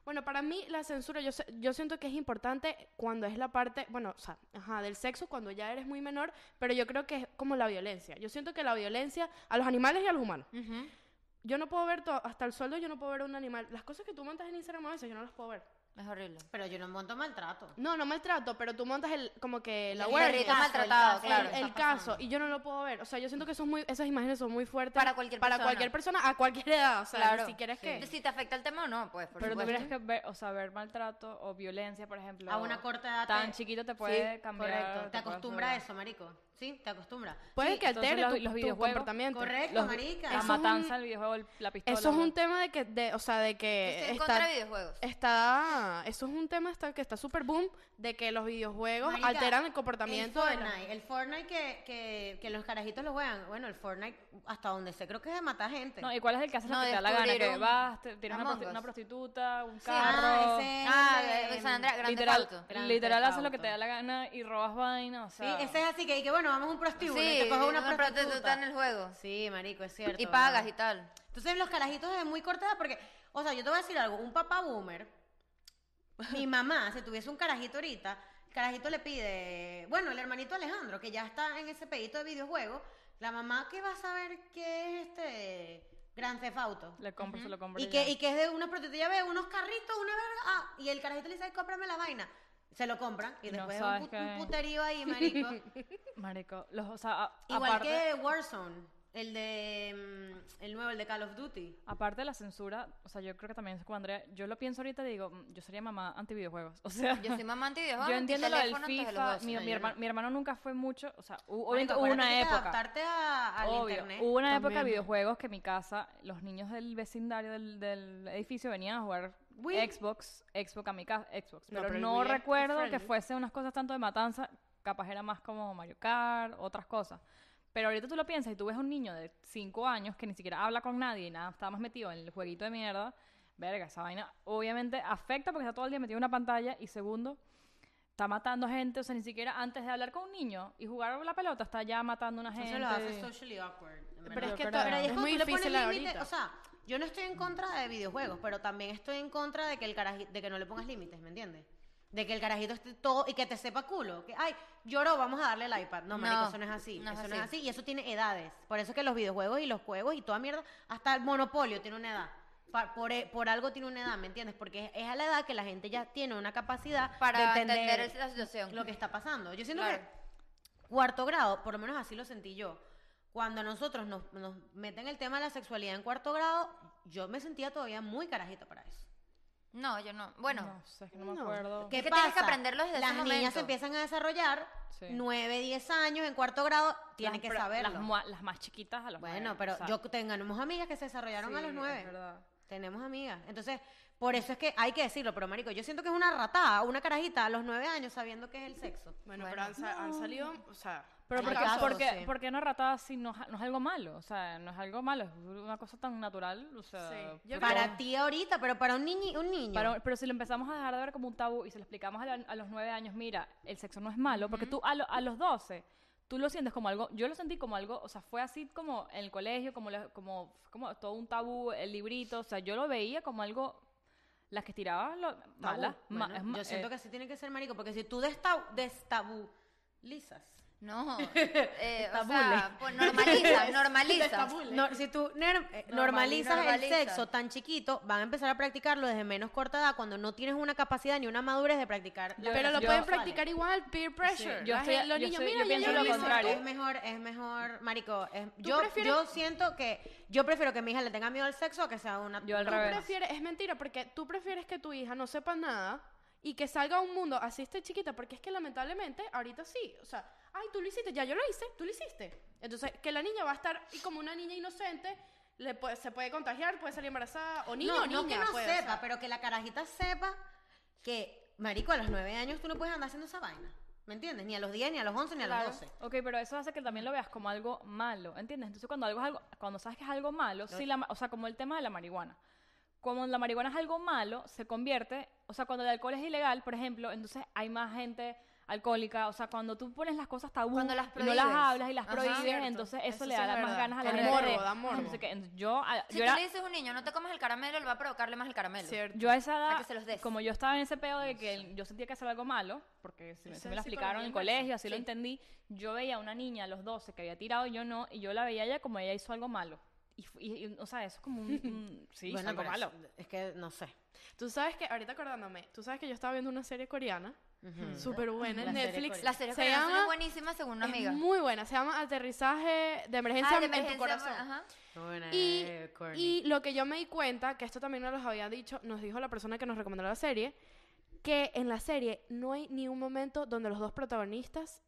S1: Bueno, para mí la censura, yo, sé- yo siento que es importante cuando es la parte, bueno, o sea, ajá, del sexo, cuando ya eres muy menor, pero yo creo que es como la violencia. Yo siento que la violencia a los animales y a los humanos.
S3: Ujú.
S1: Yo no puedo ver, to- hasta el sueldo yo no puedo ver un animal. Las cosas que tú montas en Instagram a veces yo no las puedo ver.
S3: Es horrible.
S4: Pero yo no monto maltrato.
S1: No, no maltrato, pero tú montas el como que la
S3: El
S1: huelga,
S3: perrito
S4: caso, el
S3: maltratado,
S4: caso,
S3: claro.
S1: el, el
S4: está
S1: caso
S4: pasando.
S1: y yo no lo puedo ver. O sea, yo siento que son muy, esas imágenes son muy fuertes
S3: Para cualquier
S1: para
S3: persona.
S1: cualquier persona a cualquier edad. O sea,
S3: claro.
S1: si quieres
S3: Sí.
S1: que
S3: Entonces, Si te afecta el tema o no, pues, por
S5: Pero
S3: supuesto.
S5: tuvieras que ver, o sea, ver maltrato o violencia, por ejemplo.
S4: A una corta edad
S5: Tan
S4: te-
S5: chiquito te puede cambiar.
S4: Correcto. Te
S5: puede
S4: acostumbra a
S5: afectar.
S4: eso, marico. Sí, te acostumbra.
S1: puede
S4: Sí,
S1: Pues que
S5: entonces
S1: altere
S5: los-
S1: tu,
S5: los
S1: tu
S5: videojuegos.
S1: comportamiento.
S4: Correcto,
S5: Los-
S4: marica.
S1: Eso
S5: La
S1: es un-
S5: matanza, el videojuego, el- la pistola.
S1: Eso es un
S5: ¿no?
S1: tema de que de, o sea, de
S3: Yo
S1: que
S3: estoy en contra de
S1: está
S3: videojuegos.
S1: está eso es un tema está, que está súper boom de que los videojuegos
S4: Marica,
S1: alteran el comportamiento
S4: el
S1: de la-
S4: Fortnite, el Fortnite que, que, que los carajitos lo juegan. Bueno, el Fortnite, hasta donde sé, creo que es de matar gente.
S5: No, ¿y cuál es el que haces lo
S3: No,
S5: que te da la gana?
S3: descubrir
S5: Que
S3: un-
S5: vas, te- tienes una,
S3: Among
S5: prosti-
S3: Us.
S5: una prostituta, un
S4: Ah,
S5: carro.
S4: ese es
S3: Ah,
S4: el de-
S3: de San Andreas, Grande
S5: literal,
S3: Auto.
S4: Grand
S5: literal
S4: Theft
S5: haces lo que te
S4: Auto.
S5: da la gana y robas vaina, o
S4: Sí,
S5: sea.
S4: ese es así que, y que bueno, vamos a un
S3: Sí,
S4: prostíbulo y te coges una,
S3: una prostituta en el juego.
S4: Sí, marico, es cierto.
S3: Y pagas
S4: ¿verdad?
S3: y tal.
S4: Entonces los carajitos de muy corta edad, porque, o sea, yo te voy a decir algo, un papá boomer, mi mamá, si tuviese un carajito ahorita, el carajito le pide, bueno, el hermanito Alejandro, que ya está en ese pedito de videojuego, la mamá que va a saber qué es este Gran Cefauto.
S5: Le compro, se lo compro.
S4: Y
S5: ya.
S4: que, y que es de unos prostitutas, ya ve, unos carritos, una verga, ah, y el carajito le dice, "Ay, cómprame la vaina. Se lo compran y
S5: No
S4: después es
S5: sabes
S4: un, put-
S5: qué
S4: un
S5: es.
S4: puterío ahí, marico.
S5: Marico, los, o sea, a-
S4: Igual
S5: aparte,
S4: que Warzone, el de mm, el nuevo, el de Call of Duty.
S5: aparte de la censura, o sea, yo creo que también es como Andrea, yo lo pienso ahorita y digo, mm, yo sería mamá anti videojuegos, o sea,
S3: Yo soy mamá anti videojuegos.
S5: yo entiendo lo del
S3: antiteléfono, antes de los
S5: FIFA,
S3: dos.
S5: mi,
S4: no,
S5: mi
S4: yo
S5: herma-
S4: no.
S5: mi hermano nunca fue mucho, o sea, hubo,
S4: Marico,
S5: obviamente hubo
S4: acuérdate
S5: una
S4: que
S5: época.
S4: adaptarte a- al
S5: Obvio.
S4: internet.
S5: Hubo una época de
S4: también.
S5: videojuegos que en mi casa, los niños del vecindario del, del edificio venían a jugar
S4: Wii.
S5: Xbox, Xbox a mi casa, Xbox.
S1: No,
S5: Pero no,
S1: pero el Wii es
S5: recuerdo que
S1: friendly.
S5: fuese unas cosas tanto de matanza, capaz era más como Mario Kart, otras cosas. Pero ahorita tú lo piensas y tú ves a un niño de 5 años que ni siquiera habla con nadie y nada, está más metido en el jueguito de mierda. Verga, esa vaina obviamente afecta porque está todo el día metido en una pantalla y segundo, está matando gente, o sea, ni siquiera antes de hablar con un niño y jugar a la pelota está ya matando a una gente.
S4: Eso lo hace socially awkward. en
S1: Pero
S4: verdad.
S1: es que
S5: Yo
S1: to-
S5: creo.
S1: es,
S5: Es
S4: como
S1: muy
S4: tú le pones
S1: difícil
S4: límite,
S1: ahorita.
S4: O sea, yo no estoy en contra de videojuegos, pero también estoy en contra de que el caraji- de que no le pongas límites, ¿me entiendes? De que el carajito esté todo y que te sepa culo. Que, ay, lloró, vamos a darle el iPad. No,
S3: No,
S4: marico, eso no es así.
S3: no es
S4: eso no es
S3: así.
S4: así y eso tiene edades. Por eso es que los videojuegos y los juegos y toda mierda, hasta el monopolio tiene una edad. Pa- Por, e- por algo tiene una edad, ¿me entiendes? Porque es- es a la edad que la gente ya tiene una capacidad
S3: Para
S4: de
S3: entender, la situación.
S4: lo que está pasando. Yo siento
S3: Claro.
S4: que cuarto grado, por lo menos así lo sentí yo, cuando a nosotros nos, nos meten el tema de la sexualidad en cuarto grado, yo me sentía todavía muy carajita para eso.
S3: No, yo no. Bueno,
S5: No sé, es que no me
S1: No.
S5: acuerdo.
S4: ¿Qué
S3: que
S4: pasa?
S3: tienes que aprenderlo desde ese
S4: Las niñas
S3: momento.
S4: se empiezan a desarrollar
S5: Sí.
S4: 9, 10 años en cuarto grado, tienen
S5: Las-
S4: que
S5: pero
S4: saberlo.
S5: Las, mua- las más chiquitas a los
S4: bueno,
S5: nueve,
S4: pero
S5: o sea,
S4: yo tenemos amigas que se desarrollaron a
S5: sí,
S4: los
S5: es
S4: 9.
S5: verdad.
S4: Tenemos amigas. Entonces, por eso es que hay que decirlo, pero marico, yo siento que es una ratada, una carajita a los 9 años sabiendo qué es el sexo.
S1: Bueno,
S3: Bueno,
S1: pero han, sa- han salido, o sea,
S5: Pero
S4: Hay
S5: porque,
S4: casos,
S5: porque,
S4: sí.
S5: porque una ratada si no, es a- no es algo malo, o sea, no es algo malo, es una cosa tan natural, o sea,
S1: Sí. Yo
S5: pero-
S4: Para ti ahorita, pero para un, niñi- un niño.
S5: para- pero si lo empezamos a dejar de ver como un tabú y se lo explicamos a, la- a los nueve años, mira, el sexo no es malo, porque tú a, lo- a los doce, tú lo sientes como algo, yo lo sentí como algo, o sea, fue así como en el colegio, como, lo- como, como todo un tabú, el librito, o sea, yo lo veía como algo, las que tiraban, lo,
S4: Tabú.
S5: malas, ma-
S4: Bueno,
S5: es ma-
S4: yo siento
S5: eh,
S4: que así tiene que ser marico, porque si tú desta- destabulizas
S3: No, eh, o
S4: Tabule.
S3: sea, pues normaliza, normaliza.
S4: No, si tú ner- eh, normalizas el
S3: Normaliza.
S4: sexo tan chiquito, van a empezar a practicarlo desde menos corta edad cuando no tienes una capacidad ni una madurez de practicar. la
S1: Pero lo
S4: relación
S1: pueden
S4: sexual.
S1: practicar igual, peer pressure.
S5: yo
S1: La
S5: estoy-
S1: gente- los
S5: yo
S1: niños,
S5: soy-
S1: mira,
S5: yo
S1: ya
S5: pienso
S1: lo
S4: Es
S1: hice.
S4: mejor,
S5: contrario.
S4: Es mejor, es mejor, marico. es- yo,
S1: prefieres-
S4: yo siento que yo prefiero que mi hija le tenga miedo al sexo a que sea una.
S5: Yo al
S1: Tú
S5: revés.
S1: prefieres, es mentira, porque tú prefieres que tu hija no sepa nada y que salga a un mundo así esté chiquita, porque es que lamentablemente ahorita sí, o sea, ay, tú lo hiciste, ya yo lo hice, tú lo hiciste. Entonces, que la niña va a estar y como una niña inocente, le puede- se puede contagiar, puede salir embarazada, o niño
S4: no,
S1: o niña.
S4: no que no
S1: pues, o sea,
S4: sepa, pero que la carajita sepa que, marico, a los nueve años tú no puedes andar haciendo esa vaina. ¿Me entiendes? Ni a los 10, ni a los 11, ni a
S5: Claro.
S4: los 12.
S5: Ok, pero eso hace que también lo veas como algo malo, ¿entiendes? Entonces cuando algo es algo, cuando sabes que es algo malo, sí la ma- o sea, como el tema de la marihuana. Como la marihuana es algo malo, se convierte, o sea, cuando el alcohol es ilegal, por ejemplo, entonces hay más gente alcohólica, o sea, cuando tú pones las cosas tabú,
S3: Cuando las
S5: y no las
S3: prohíbes.
S5: hablas y las
S3: Ajá.
S5: prohíbes,
S1: Cierto.
S5: entonces eso,
S1: Eso
S5: le
S1: sí
S5: da
S1: es
S5: más
S1: verdad.
S5: ganas a la
S1: Da
S5: gente.
S1: morbo,
S5: de-
S1: da morbo.
S5: no sé qué. Entonces, yo, a-
S3: Si
S5: yo
S3: tú
S5: era-
S3: le dices a un niño, no te comas el caramelo, le va a provocarle más el caramelo.
S1: Cierto.
S5: Yo a esa edad,
S3: que se los des.
S5: como yo estaba en ese pedo de que yo sentía que hacer algo malo, porque si me,
S1: Eso
S5: se me
S1: es
S5: lo explicaron en el
S1: psicología inversa.
S5: colegio, así lo
S1: Sí.
S5: entendí, yo veía a una niña a los 12 que había tirado y yo no, y yo la veía a ella como ella hizo algo malo. Y, fu- y- y, o sea, eso es como un... un- sí, hizo
S4: Bueno,
S5: algo
S4: pero
S5: malo.
S4: es- Es que no sé.
S1: Tú sabes que, ahorita acordándome, tú sabes que yo estaba viendo una serie coreana,
S4: Mm.
S1: súper buena
S4: La
S1: en
S4: serie
S1: Netflix.
S4: coreana.
S3: Mm. La serie
S1: Se
S3: coreana
S1: llama-
S3: son buenísimas según una
S1: es
S3: amiga.
S1: muy buena, se llama Aterrizaje de Emergencia,
S3: Ah, de
S1: en tu
S3: emergencia,
S1: Corazón.
S3: ajá.
S1: Y,
S4: Eh, corny.
S1: y lo que yo me di cuenta, que esto también nos los había dicho, nos dijo la persona que nos recomendó la serie, que en la serie no hay ni un momento donde los dos protagonistas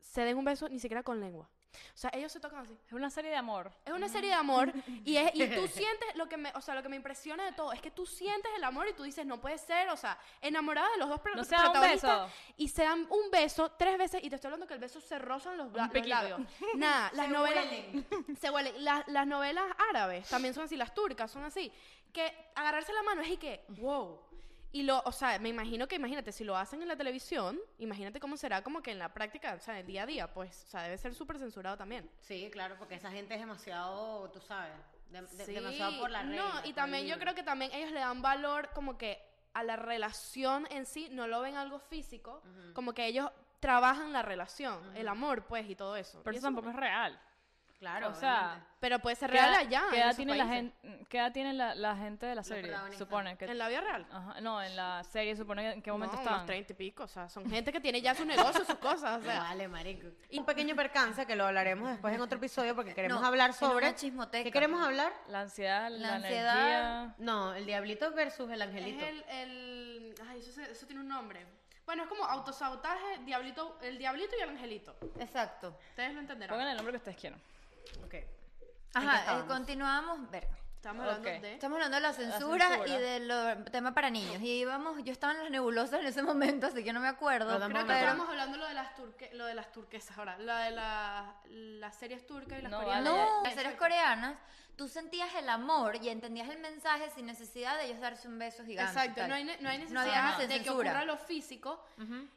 S1: se den un beso ni siquiera con lengua. O sea, ellos se tocan así.
S5: Es una serie de amor.
S1: Es una serie de amor y, es, y tú sientes lo que me, o sea, lo que me impresiona de todo es que tú sientes el amor y tú dices, no puede ser, o sea, enamorada de los dos pro-
S5: No se da un
S1: protagonistas
S5: beso.
S1: y se dan un beso tres veces y te estoy hablando que el beso se rozan los, bla- los
S5: piquito.
S1: labios. Nada, las novelas se huelen. Las, las novelas árabes también son así, las turcas son así, que agarrarse la mano es y que, wow. Y lo, o sea, me imagino que, imagínate, si lo hacen en la televisión, imagínate cómo será como que en la práctica, o sea, en el día a día, pues, o sea, debe ser súper censurado también.
S4: Sí, claro, porque esa gente es demasiado, tú sabes, de- de-
S1: Sí,
S4: demasiado por la regla. pues,
S1: No, y también yo creo que también ellos le dan valor como que a la relación en sí, no lo ven algo físico, como que ellos trabajan la relación, el amor, pues, y todo eso.
S5: Pero
S1: Y
S5: eso tampoco es real.
S4: Claro,
S5: o sea,
S4: obviamente.
S1: Pero puede ser
S5: ¿qué edad-
S1: real allá.
S5: ¿Qué
S1: en
S5: edad
S1: esos
S5: tiene la
S1: países.
S5: gente, qué edad tiene la, la gente de la serie?
S4: protagonistas.
S5: Supone que...
S1: En la vida real.
S5: Ajá, no, en la serie supone en qué momento
S1: no,
S5: estaban.
S1: unos 30 y pico, o sea, son gente que tiene ya su negocio, sus cosas, o
S4: No
S1: sea.
S4: vale, marico. Y un pequeño percance que lo hablaremos después en otro episodio porque queremos
S3: No,
S4: hablar
S3: en
S4: sobre.
S3: una chismoteca.
S4: ¿Qué
S1: pues.
S4: queremos hablar?
S5: La ansiedad, la,
S3: ansiedad.
S5: energía...
S4: No, el diablito versus el
S1: Es
S4: angelito.
S1: el, el- ay, eso, se- eso tiene un nombre. Bueno, es como autosabotaje, diablito, el diablito y el angelito.
S3: Exacto.
S1: Ustedes lo entenderán.
S5: Pongan el nombre que ustedes quieran.
S4: Ok.
S3: Ajá, eh,
S4: estábamos?
S3: continuamos. Verga.
S1: Estamos hablando
S5: Ok.
S1: de...
S3: Estamos hablando de la censura,
S5: censura.
S3: y de los temas para niños. Y íbamos, yo estaba en las nebulosas en ese momento, así que no me acuerdo.
S4: No,
S1: Creo
S4: tampoco.
S1: que
S4: Pero-
S1: estábamos hablando lo de las turque, lo de las turquesas ahora, la de la- las series turcas y las
S5: No,
S1: coreanas.
S5: vale.
S3: No, las series coreanas, tú sentías el amor y entendías el mensaje sin necesidad de ellos darse un beso gigante.
S1: Exacto,
S3: tal.
S1: no hay, ne- no hay
S3: No había
S1: necesidad
S3: esa
S1: de que
S3: censura.
S1: ocurra lo físico.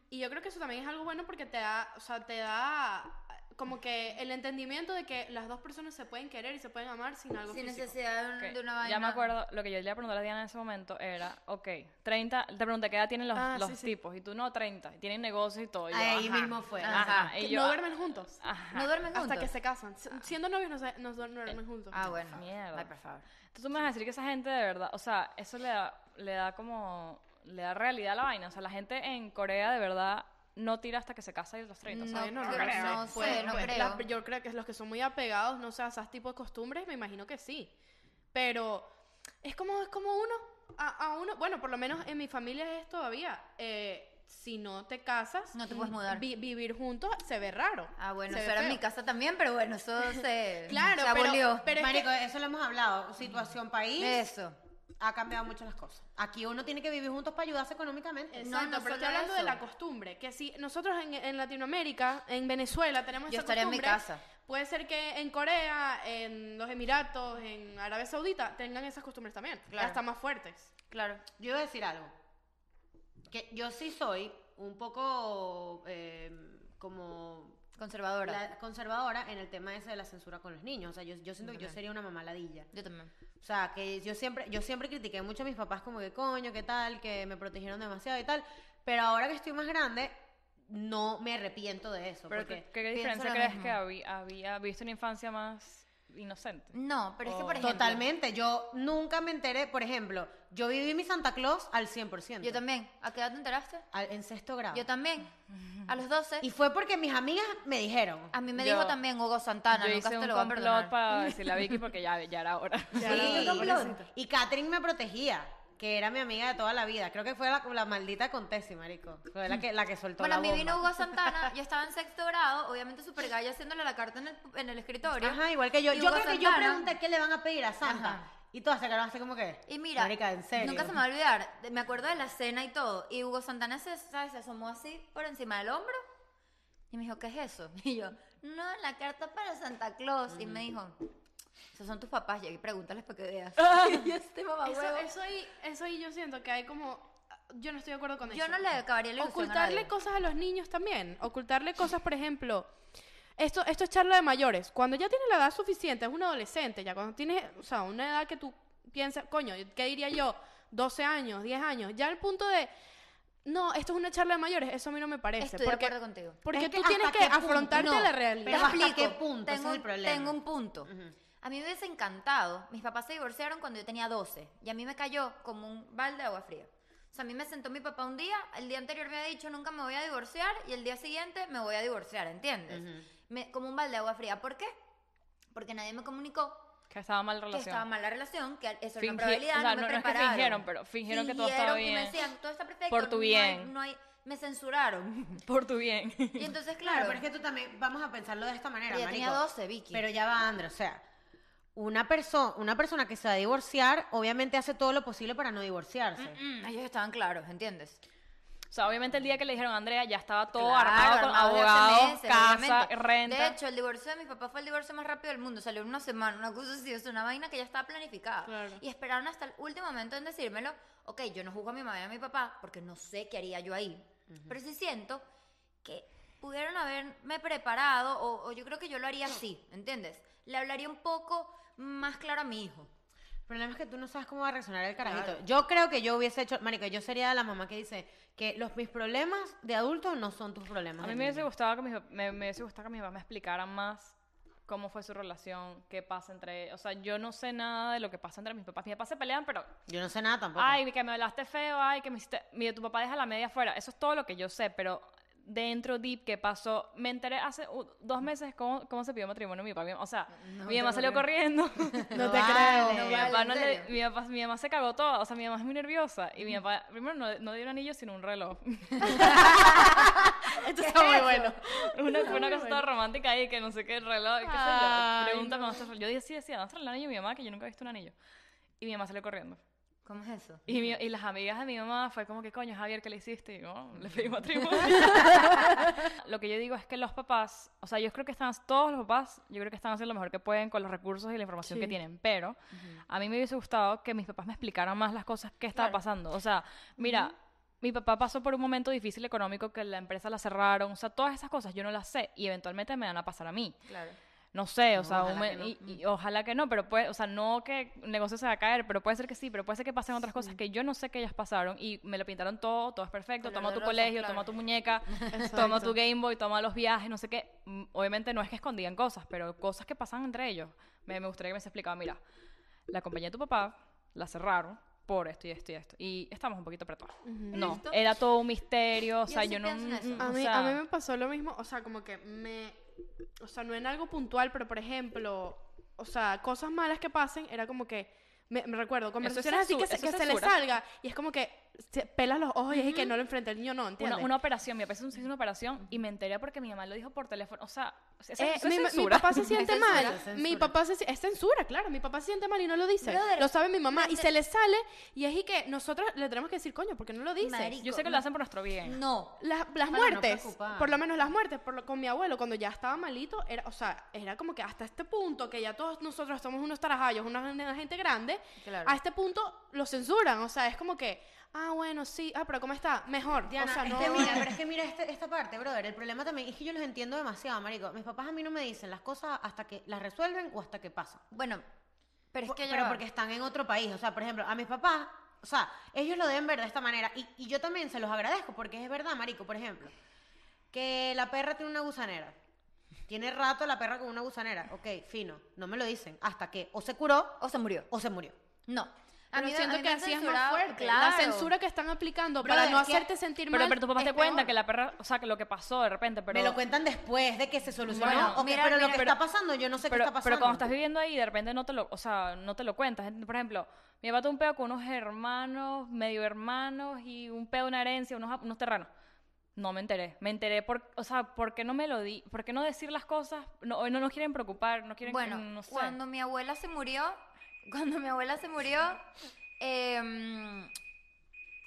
S1: Y yo creo que eso también es algo bueno porque te da, o sea, te da eh, como que el entendimiento de que las dos personas se pueden querer y se pueden amar sin algo
S3: Sin
S1: físico.
S3: necesidad de, un-
S5: Ok,
S3: de una vaina.
S5: Ya me acuerdo, lo que yo le iba a preguntar a Diana en ese momento era, ok, 30, te pregunté qué edad tienen los,
S1: Ah,
S5: los
S1: sí, sí.
S5: tipos, y tú no, 30, y tienen negocios y todo. y yo,
S4: Ahí
S5: ajá,
S4: mismo fue.
S5: Ajá,
S3: Ajá.
S5: y
S1: Que
S5: yo, ah,
S1: no duermen juntos.
S5: ajá.
S3: No ah, duermen juntos.
S1: Hasta que se casan. S- Siendo novios no, se- no duer- no duermen juntos.
S3: Ah, bueno.
S5: Mierda.
S3: Ay, por favor.
S5: Entonces tú me vas a decir que esa gente de verdad, o sea, eso le da, le da como, le da realidad a la vaina. O sea, la gente en Corea de verdad no tira hasta que se casa y los 30. o sea,
S3: No,
S1: Ay, no, no
S3: creo-
S1: creo.
S3: no sé,
S1: Pues,
S3: no
S1: pues,
S3: creo.
S1: las- yo creo que los que son muy apegados, no sé, a esas tipos de costumbres, me imagino que sí. Pero es como, es como uno, a, a uno, bueno, por lo menos en mi familia es todavía. eh, si no te casas,
S3: No te puedes
S1: mm,
S3: mudar.
S1: vi- vivir juntos se ve raro.
S3: Ah, bueno,
S1: se ve
S3: eso era en
S1: feo.
S3: mi casa también, pero bueno, eso se,
S1: Claro,
S3: se
S1: pero-
S3: abolió.
S1: pero es
S4: Marico, eso lo hemos hablado. Situación país
S3: Eso.
S4: ha cambiado mucho las cosas. Aquí uno tiene que vivir juntos para ayudarse económicamente.
S1: Exacto,
S3: no
S1: pero estoy
S3: solo
S1: hablando de
S3: eso.
S1: la costumbre. Que si nosotros en, en Latinoamérica, en Venezuela, tenemos
S3: Yo
S1: esa
S3: estaría en mi
S1: costumbre.
S3: casa.
S1: Puede ser que en Corea, en los Emiratos, en Arabia Saudita, tengan esas costumbres también.
S3: Claro.
S1: Hasta más fuertes.
S3: Claro.
S4: Yo iba a decir algo. Que yo sí soy un poco eh, como
S3: Conservadora.
S4: la- conservadora en el tema ese de la censura con los niños. O sea, yo, yo siento que yo sería una mamá ladilla.
S3: Yo también.
S4: O sea, que yo siempre, yo siempre critiqué mucho a mis papás como que coño, qué tal, que me protegieron demasiado y tal. Pero ahora que estoy más grande, no me arrepiento de eso.
S5: Pero
S4: porque
S5: ¿qué, qué diferencia
S3: lo
S5: crees
S3: mismo.
S5: que había, había visto una infancia más inocente?
S3: No, pero es que, por
S5: Oh.
S3: ejemplo.
S4: totalmente, yo nunca me enteré, por ejemplo, yo viví mi Santa Claus al 100%.
S3: Yo también. ¿A qué edad te enteraste?
S4: Al- en sexto grado.
S3: Yo también. A los 12.
S4: y fue porque mis amigas me dijeron.
S3: A mí me
S5: Yo-
S3: dijo también Hugo Santana,
S5: Yo
S3: nunca
S5: hice
S3: te
S5: un
S3: lo voy a perdonar.
S5: complot para decirle a Vicky porque ya, ya era hora.
S4: Sí, y Catherine me protegía, que era mi amiga de toda la vida. Creo que fue la, la maldita Contesi, marico. Fue la que, la que soltó
S3: Bueno, a
S4: la
S3: mí
S4: bomba.
S3: vino Hugo Santana, yo estaba en sexto grado, obviamente super gallo haciéndole la carta en el, en el escritorio.
S4: Ajá, igual que yo.
S3: Y
S4: Yo
S3: Hugo
S4: creo que yo
S3: Santana-
S4: pregunté qué le van a pedir a Santa.
S3: Ajá.
S4: Y todas se quedaron así como que.
S3: Y mira,
S4: Marica, en serio.
S3: nunca se me va a olvidar, de- me acuerdo de la cena y todo, y Hugo Santana se, ¿sabes? se asomó así por encima del hombro y me dijo, ¿qué es eso? Y yo, no, la carta para Santa Claus. Y me dijo, esos son tus papás, llegué y pregúntales para que veas. y yo, este mamá
S1: Eso, eso, ahí, eso ahí yo siento que hay como... Yo no estoy de acuerdo con eso.
S3: Yo no le acabaría la ilusión a
S1: Ocultarle
S3: nadie.
S1: cosas a los niños también. Ocultarle cosas, por ejemplo... Esto, esto es charla de mayores. Cuando ya tienes la edad suficiente, es un adolescente, ya cuando tienes, o sea, una edad que tú piensas, coño, ¿qué diría yo? 12 años, 10 años, ya al punto de, no, esto es una charla de mayores, eso a mí no me parece.
S3: Estoy de
S1: porque
S3: acuerdo contigo.
S1: porque
S4: Es que
S1: tú tienes
S4: ¿hasta
S1: que
S4: qué punto?
S1: afrontarte
S4: No,
S1: a la realidad.
S4: Pero
S3: Te
S4: ¿hasta
S3: explico.
S4: qué punto? Ese
S3: Tengo,
S4: es el
S3: un-
S4: problema.
S3: tengo un punto. A mí me hubiese encantado. Mis papás se divorciaron cuando yo tenía 12 y a mí me cayó como un balde de agua fría. O sea, a mí me sentó mi papá un día, el día anterior me había dicho nunca me voy a divorciar y el día siguiente me voy a divorciar, ¿entiendes? Me- como un balde de agua fría. ¿Por qué? Porque nadie me comunicó
S5: Que estaba mal
S3: que
S5: relación.
S3: estaba mal la relación, que eso era
S5: Fingi-
S3: una probabilidad,
S5: o sea,
S3: no me
S5: no- no es que
S3: prepararon.
S5: fingieron, pero fingieron que todo estaba
S3: Fingieron y me
S5: bien.
S3: decían, todo está perfecto.
S5: Por tu
S3: no hay-
S5: bien.
S3: no hay- me censuraron.
S5: Por tu bien.
S3: Y
S4: Claro,
S3: entonces, claro,
S4: pero es que tú también, vamos a pensarlo de esta manera.
S3: Pero ya tenía
S4: marico.
S3: 12, Vicky.
S4: Pero ya va, André, o sea, una, persona una persona que se va a divorciar, obviamente hace todo lo posible para no divorciarse.
S3: mm, ellos estaban claros, ¿entiendes?
S5: O sea, obviamente el día que le dijeron a Andrea ya estaba todo
S3: Claro,
S5: armado con
S3: armado de hace
S5: abogados,
S3: meses,
S5: casa,
S3: obviamente.
S5: renta.
S3: De hecho, el divorcio de mi papá fue el divorcio más rápido del mundo. Salió en una semana, una cosa así. Es una vaina que ya estaba planificada.
S1: Claro.
S3: Y esperaron hasta el último momento en decírmelo. Ok, yo no juzgo a mi mamá y a mi papá porque no sé qué haría yo ahí. Pero sí siento que pudieron haberme preparado o, o yo creo que yo lo haría así, ¿entiendes? Le hablaría un poco más claro a mi hijo.
S4: El problema es que tú no sabes cómo va a reaccionar el carajito. Yo creo que yo hubiese hecho, marico, yo sería la mamá que dice que los mis problemas de adultos no son tus problemas.
S5: A mí
S4: de
S5: me
S4: niño.
S5: hubiese gustado que mis, pap- me, me hubiese gustado que mis papás me explicaran más cómo fue su relación, qué pasa entre ellos. O sea, yo no sé nada de lo que pasa entre mis papás. Mis papás se pelean, pero
S4: Yo no sé nada tampoco.
S5: ay, que me hablaste feo, ay, que me hiciste, mira, tu papá deja la media afuera. Eso es todo lo que yo sé, pero dentro deep qué pasó, me enteré hace uh, dos meses cómo, cómo se pidió matrimonio mi papá. O sea, mi mamá salió corriendo.
S1: No te
S3: vale,
S1: creo.
S3: no
S5: mi,
S3: vale,
S5: papá
S3: ¿en
S5: no le-
S3: serio?
S5: mi papá- mi mamá se cagó toda, o sea, mi mamá es muy nerviosa y mi papá primero no, no dio un anillo sino un reloj.
S1: Esto está muy bueno.
S5: Una, fue una cosa toda romántica ahí, que no sé qué reloj, qué sé yo.
S1: Ay,
S5: Pregunta cuando se- Yo decía, decía, ¿dónde está el anillo de mi mamá? Que yo nunca he visto un anillo. Y mi mamá salió corriendo.
S3: ¿Cómo es eso?
S5: Y, mi- y las amigas de mi mamá fue como que, coño, Javier, ¿qué le hiciste? Y yo, "Oh, le pedí matrimonio. lo que yo digo es que los papás, o sea, yo creo que están, todos los papás, yo creo que están haciendo lo mejor que pueden con los recursos y la información que
S1: Sí.
S5: tienen. Pero a mí me hubiese gustado que mis papás me explicaran más las cosas que estaba pasando. O sea, mira, mi papá pasó por un momento difícil económico que la empresa la cerraron. O sea, todas esas cosas yo no las sé y eventualmente me van a pasar a mí.
S3: Claro.
S5: No sé, o sea,
S3: ojalá
S5: un me-
S3: que no. Mm.
S5: y- y ojalá que no, pero puede, o sea, no que el negocio se va a caer, pero puede ser que sí, pero puede ser que pasen otras cosas que yo no sé que ellas pasaron y me lo pintaron todo, todo es perfecto,
S3: Color
S5: toma
S3: de
S5: tu
S3: rosa,
S5: colegio,
S3: claro.
S5: toma tu muñeca, toma tu Game Boy, toma los viajes, no sé qué. Mm, Obviamente no es que escondían cosas, pero cosas que pasan entre ellos. Me, me gustaría que me se explicaba, mira, la compañía de tu papá la cerraron por esto y esto y esto y estamos un poquito apretados. No,
S3: Listo.
S5: era todo un misterio, o
S3: Yo
S5: sea,
S3: sí
S5: yo no
S3: pienso en eso.
S5: mm,
S1: A
S5: o
S1: mí,
S5: sea,
S1: a mí me pasó lo mismo, o sea, como que me... O sea, no en algo puntual, pero por ejemplo, o sea, cosas malas que pasen, era como que... Me me recuerdo, conversaciones así
S5: censu-
S1: que, se,
S5: eso
S1: que
S5: es
S1: se le
S5: censura.
S1: salga y es como que se pelas los ojos y es y que no lo enfrenta el niño, no,
S5: una,
S1: ¿entiendes?
S5: una operación, mi papá hizo un- se hizo una operación y me enteré porque mi mamá lo dijo por teléfono. O sea, es, es,
S1: Eh,
S5: eso es
S1: mi, mi
S5: censura.
S1: papá se siente
S4: Es censura,
S1: mal.
S4: es censura.
S1: Mi papá se si- es censura, claro. Mi papá se siente mal y no lo dice.
S3: Brother,
S1: lo sabe mi mamá y
S3: mante-
S1: se le sale y es y que nosotros le tenemos que decir, coño, porque no lo dice.
S3: Marico.
S5: Yo sé que lo hacen por nuestro bien.
S3: No.
S1: Las, las
S4: no
S1: muertes,
S4: preocupar.
S1: por lo menos las muertes, por lo- con mi abuelo, cuando ya estaba malito, era, o sea, era como que hasta este punto, que ya todos nosotros somos unos tarajallos, una, una gente grande,
S3: Claro.
S1: a este punto lo censuran, o sea, es como que, ah, bueno, sí, ah, pero ¿cómo está? Mejor,
S4: Diana,
S1: o sea,
S4: es
S1: no...
S4: que mira, pero es que mira este- esta parte, brother. El problema también es que yo los entiendo demasiado, marico. Mis papás a mí no me dicen las cosas hasta que las resuelven o hasta que pasan.
S3: Bueno, pero es
S4: Po-
S3: que ya
S4: pero
S3: va.
S4: porque están en otro país. O sea, por ejemplo, a mis papás, o sea, ellos lo deben ver de esta manera. Y, y yo también se los agradezco porque es verdad, marico. Por ejemplo, Que la perra tiene una gusanera. Tiene rato la perra con una gusanera. Ok, fino. No me lo dicen. Hasta que o se curó
S3: O se murió.
S4: o se murió.
S3: No. A
S1: Pero
S3: mí, me- a
S1: siento
S3: mí
S1: que
S3: me han
S1: así es más
S3: censurado,
S1: fuerte. La
S3: claro.
S1: censura que están aplicando
S3: Brother,
S1: para no
S3: es que-
S1: hacerte sentir
S5: Pero,
S1: mal.
S5: pero tu papá
S1: es
S5: te cuenta
S1: peor.
S5: que la perra, o sea, que lo que pasó de repente, pero...
S4: Me lo cuentan después de que se solucionó.
S3: Bueno,
S4: Ok,
S3: mira,
S4: pero lo
S3: mira,
S4: que
S3: pero-
S4: está pasando, yo no sé
S5: pero,
S4: qué está pasando.
S5: pero cuando estás viviendo ahí, de repente no te lo, o sea, no te lo cuentas. Por ejemplo, mi papá tuvo un pedo con unos hermanos, medio hermanos y un pedo, una herencia, unos, unos terranos. No me enteré. Me enteré por, o sea, ¿por qué no me lo di? ¿Por qué no decir las cosas? No, o no nos quieren preocupar, no quieren,
S3: Bueno,
S5: no sé.
S3: cuando mi abuela se murió, cuando mi abuela se murió, em,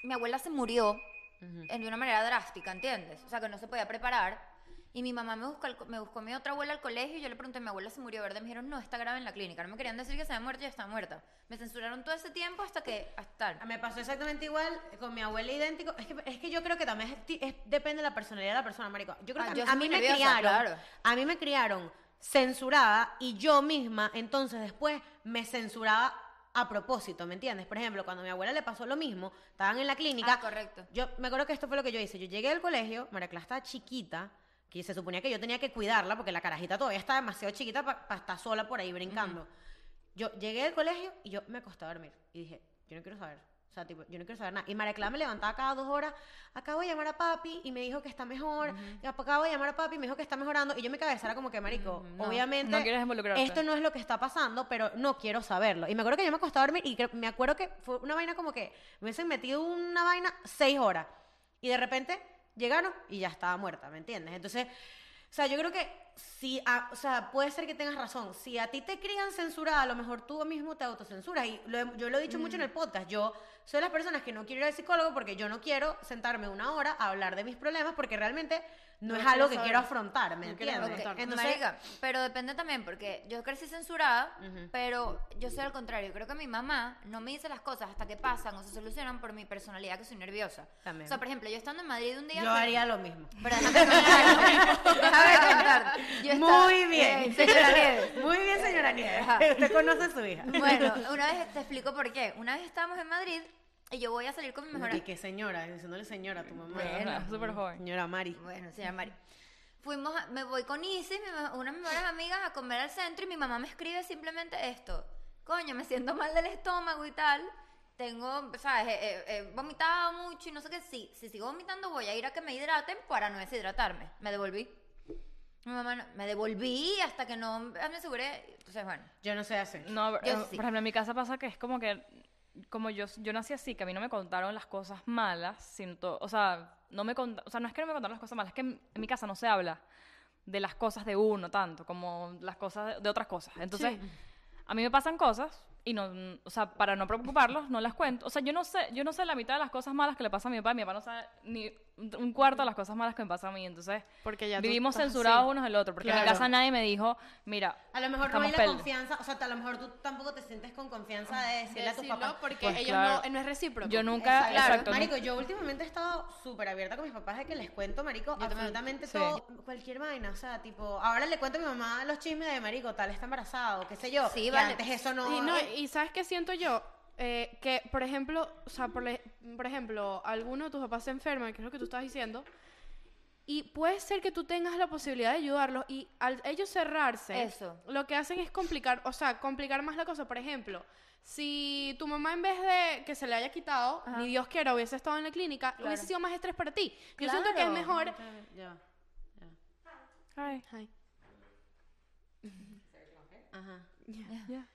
S3: mi abuela se murió en- de una manera drástica, ¿entiendes? O sea, que no se podía preparar. Y mi mamá me buscó, al co- me buscó a mi otra abuela al colegio y yo le pregunté, mi abuela se murió, ¿verdad? Me dijeron, no, está grave en la clínica. No me querían decir que se había muerto y está muerta. Me censuraron todo ese tiempo hasta que... Hasta...
S4: Ah, Me pasó exactamente igual con mi abuela idéntico. Es que, es que yo creo que también es ti- es- depende de la personalidad de la persona, marico. Yo creo
S3: Ah,
S4: que a,
S3: yo
S4: mí-
S3: soy
S4: a mí
S3: muy
S4: me
S3: nerviosa,
S4: criaron,
S3: claro.
S4: a mí me criaron censurada y yo misma entonces después me censuraba a propósito, ¿me entiendes? Por ejemplo, cuando a mi abuela le pasó lo mismo, estaban en la clínica.
S3: Ah, correcto.
S4: Yo me acuerdo que esto fue lo que yo hice. Yo llegué al colegio, María Clara estaba chiquita, que se suponía que yo tenía que cuidarla porque la carajita todavía está demasiado chiquita para estar sola por ahí brincando. Yo llegué al colegio y yo me acosté a dormir. Y dije, yo no quiero saber. O sea, tipo, yo no quiero saber nada. Y María Clara me levantaba cada dos horas. Acabo de llamar a papi y me dijo que está mejor. Acabo de llamar a papi y me dijo que está mejorando. Y yo me cabezara como que, marico,
S3: Ujú, no,
S4: obviamente.
S5: no quieres involucrarte.
S4: Esto no es lo que está pasando, pero no quiero saberlo. Y me acuerdo que yo me acostaba a dormir y creo- me acuerdo que fue una vaina como que me hubiesen metido una vaina seis horas. Y de repente llegaron y ya estaba muerta, ¿me entiendes? Entonces, o sea, yo creo que si, a- o sea, puede ser que tengas razón. Si a ti te crían censurada, a lo mejor tú mismo te autocensuras. Y lo he- yo lo he dicho mucho en el podcast. Yo soy de las personas que no quiero ir al psicólogo porque yo no quiero sentarme una hora a hablar de mis problemas porque realmente no,
S1: No
S4: es
S1: lo quieres
S4: algo que
S1: saber.
S4: quiero afrontar, ¿me
S1: No quieres
S4: entiendes?
S1: afrontar.
S3: Ok,
S4: Entonces,
S3: marica, pero depende también, porque yo crecí censurada, pero yo soy al contrario. Creo que mi mamá no me dice las cosas hasta que pasan o se solucionan por mi personalidad, que soy nerviosa.
S4: También.
S3: O sea, por ejemplo, yo estando en Madrid un día...
S4: yo
S3: se-
S4: haría lo mismo.
S3: Pero déjame contar. déjame contar. Yo estaba-
S4: Muy bien,
S3: Eh,
S4: señora
S3: señora
S4: Nieves.
S3: Nieves.
S4: Muy bien, señora Nieves.
S3: Ajá.
S4: Usted conoce a su hija.
S3: Bueno, una vez te explico por qué. Una vez estábamos en Madrid y yo voy a salir con mi mejor
S4: ¿Y qué señora? Diciéndole señora a tu mamá.
S5: Bueno, es súper joven.
S4: Señora Mari.
S3: Bueno, señora Mari. Fuimos, a- me voy con Isis, mi ma- una de mis mejores amigas, a comer al centro y mi mamá me escribe simplemente esto. Coño, me siento mal del estómago y tal. Tengo, ¿sabes? He, he- he vomitado mucho y no sé qué. Sí, si sigo vomitando voy a ir a que me hidraten para no deshidratarme. Me devolví. Mi mamá no- me devolví hasta que no me aseguré. Entonces, bueno.
S4: Yo no sé hacer.
S5: No,
S3: Yo
S5: eh,
S3: sí.
S5: por ejemplo, en mi casa pasa que es como que, como yo, yo nací así, que a mí no me contaron las cosas malas, sino to- o sea, no me cont- o sea, no es que no me contaron las cosas malas, es que en, en mi casa no se habla de las cosas de uno tanto, como las cosas de, de otras cosas. Entonces, a mí me pasan cosas y no, o sea, para no preocuparlos, no las cuento. O sea, yo no sé, yo no sé la mitad de las cosas malas que le pasa a mi papá, y mi papá no sabe ni un un cuarto de las cosas malas que me pasan a mí. Entonces,
S1: Porque ya tú
S5: vivimos
S1: estás así.
S5: censurados unos del otro, porque en mi
S4: Claro.
S5: casa nadie me dijo, mira,
S4: A lo mejor no
S5: estamos
S4: hay la
S5: pele-
S4: confianza, o sea, a lo mejor tú tampoco te sientes con confianza de decirle a tu
S1: Decirlo
S4: papá.
S1: porque
S5: Pues
S1: ellos
S5: claro.
S1: no, no es recíproco.
S5: Yo nunca,
S4: Claro,
S5: exacto, nu-
S4: Marico, yo últimamente he estado súper abierta con mis papás de que les cuento, Marico,
S3: también.
S4: absolutamente
S5: Sí.
S4: todo. Cualquier vaina, o sea, tipo, ahora le cuento a mi mamá los chismes de Marico, tal, está embarazado, qué sé yo.
S3: Sí,
S4: que
S3: vale.
S4: antes eso no.
S1: Y, no, y sabes qué siento yo? Eh, que, por ejemplo, o sea, por, le- por ejemplo, alguno de tus papás se enferma, que es lo que tú estás diciendo, y puede ser que tú tengas la posibilidad de ayudarlos, y al ellos cerrarse,
S3: Eso.
S1: lo que hacen es complicar, o sea, complicar más la cosa. Por ejemplo, si tu mamá en vez de que se le haya quitado, ni Dios quiera, hubiese estado en la clínica, hubiese sido más estrés para ti. Yo siento que es
S3: Claro.
S1: mejor...
S4: Ya, ya.
S5: Ay,
S1: Ay,
S4: Ajá.
S5: ya.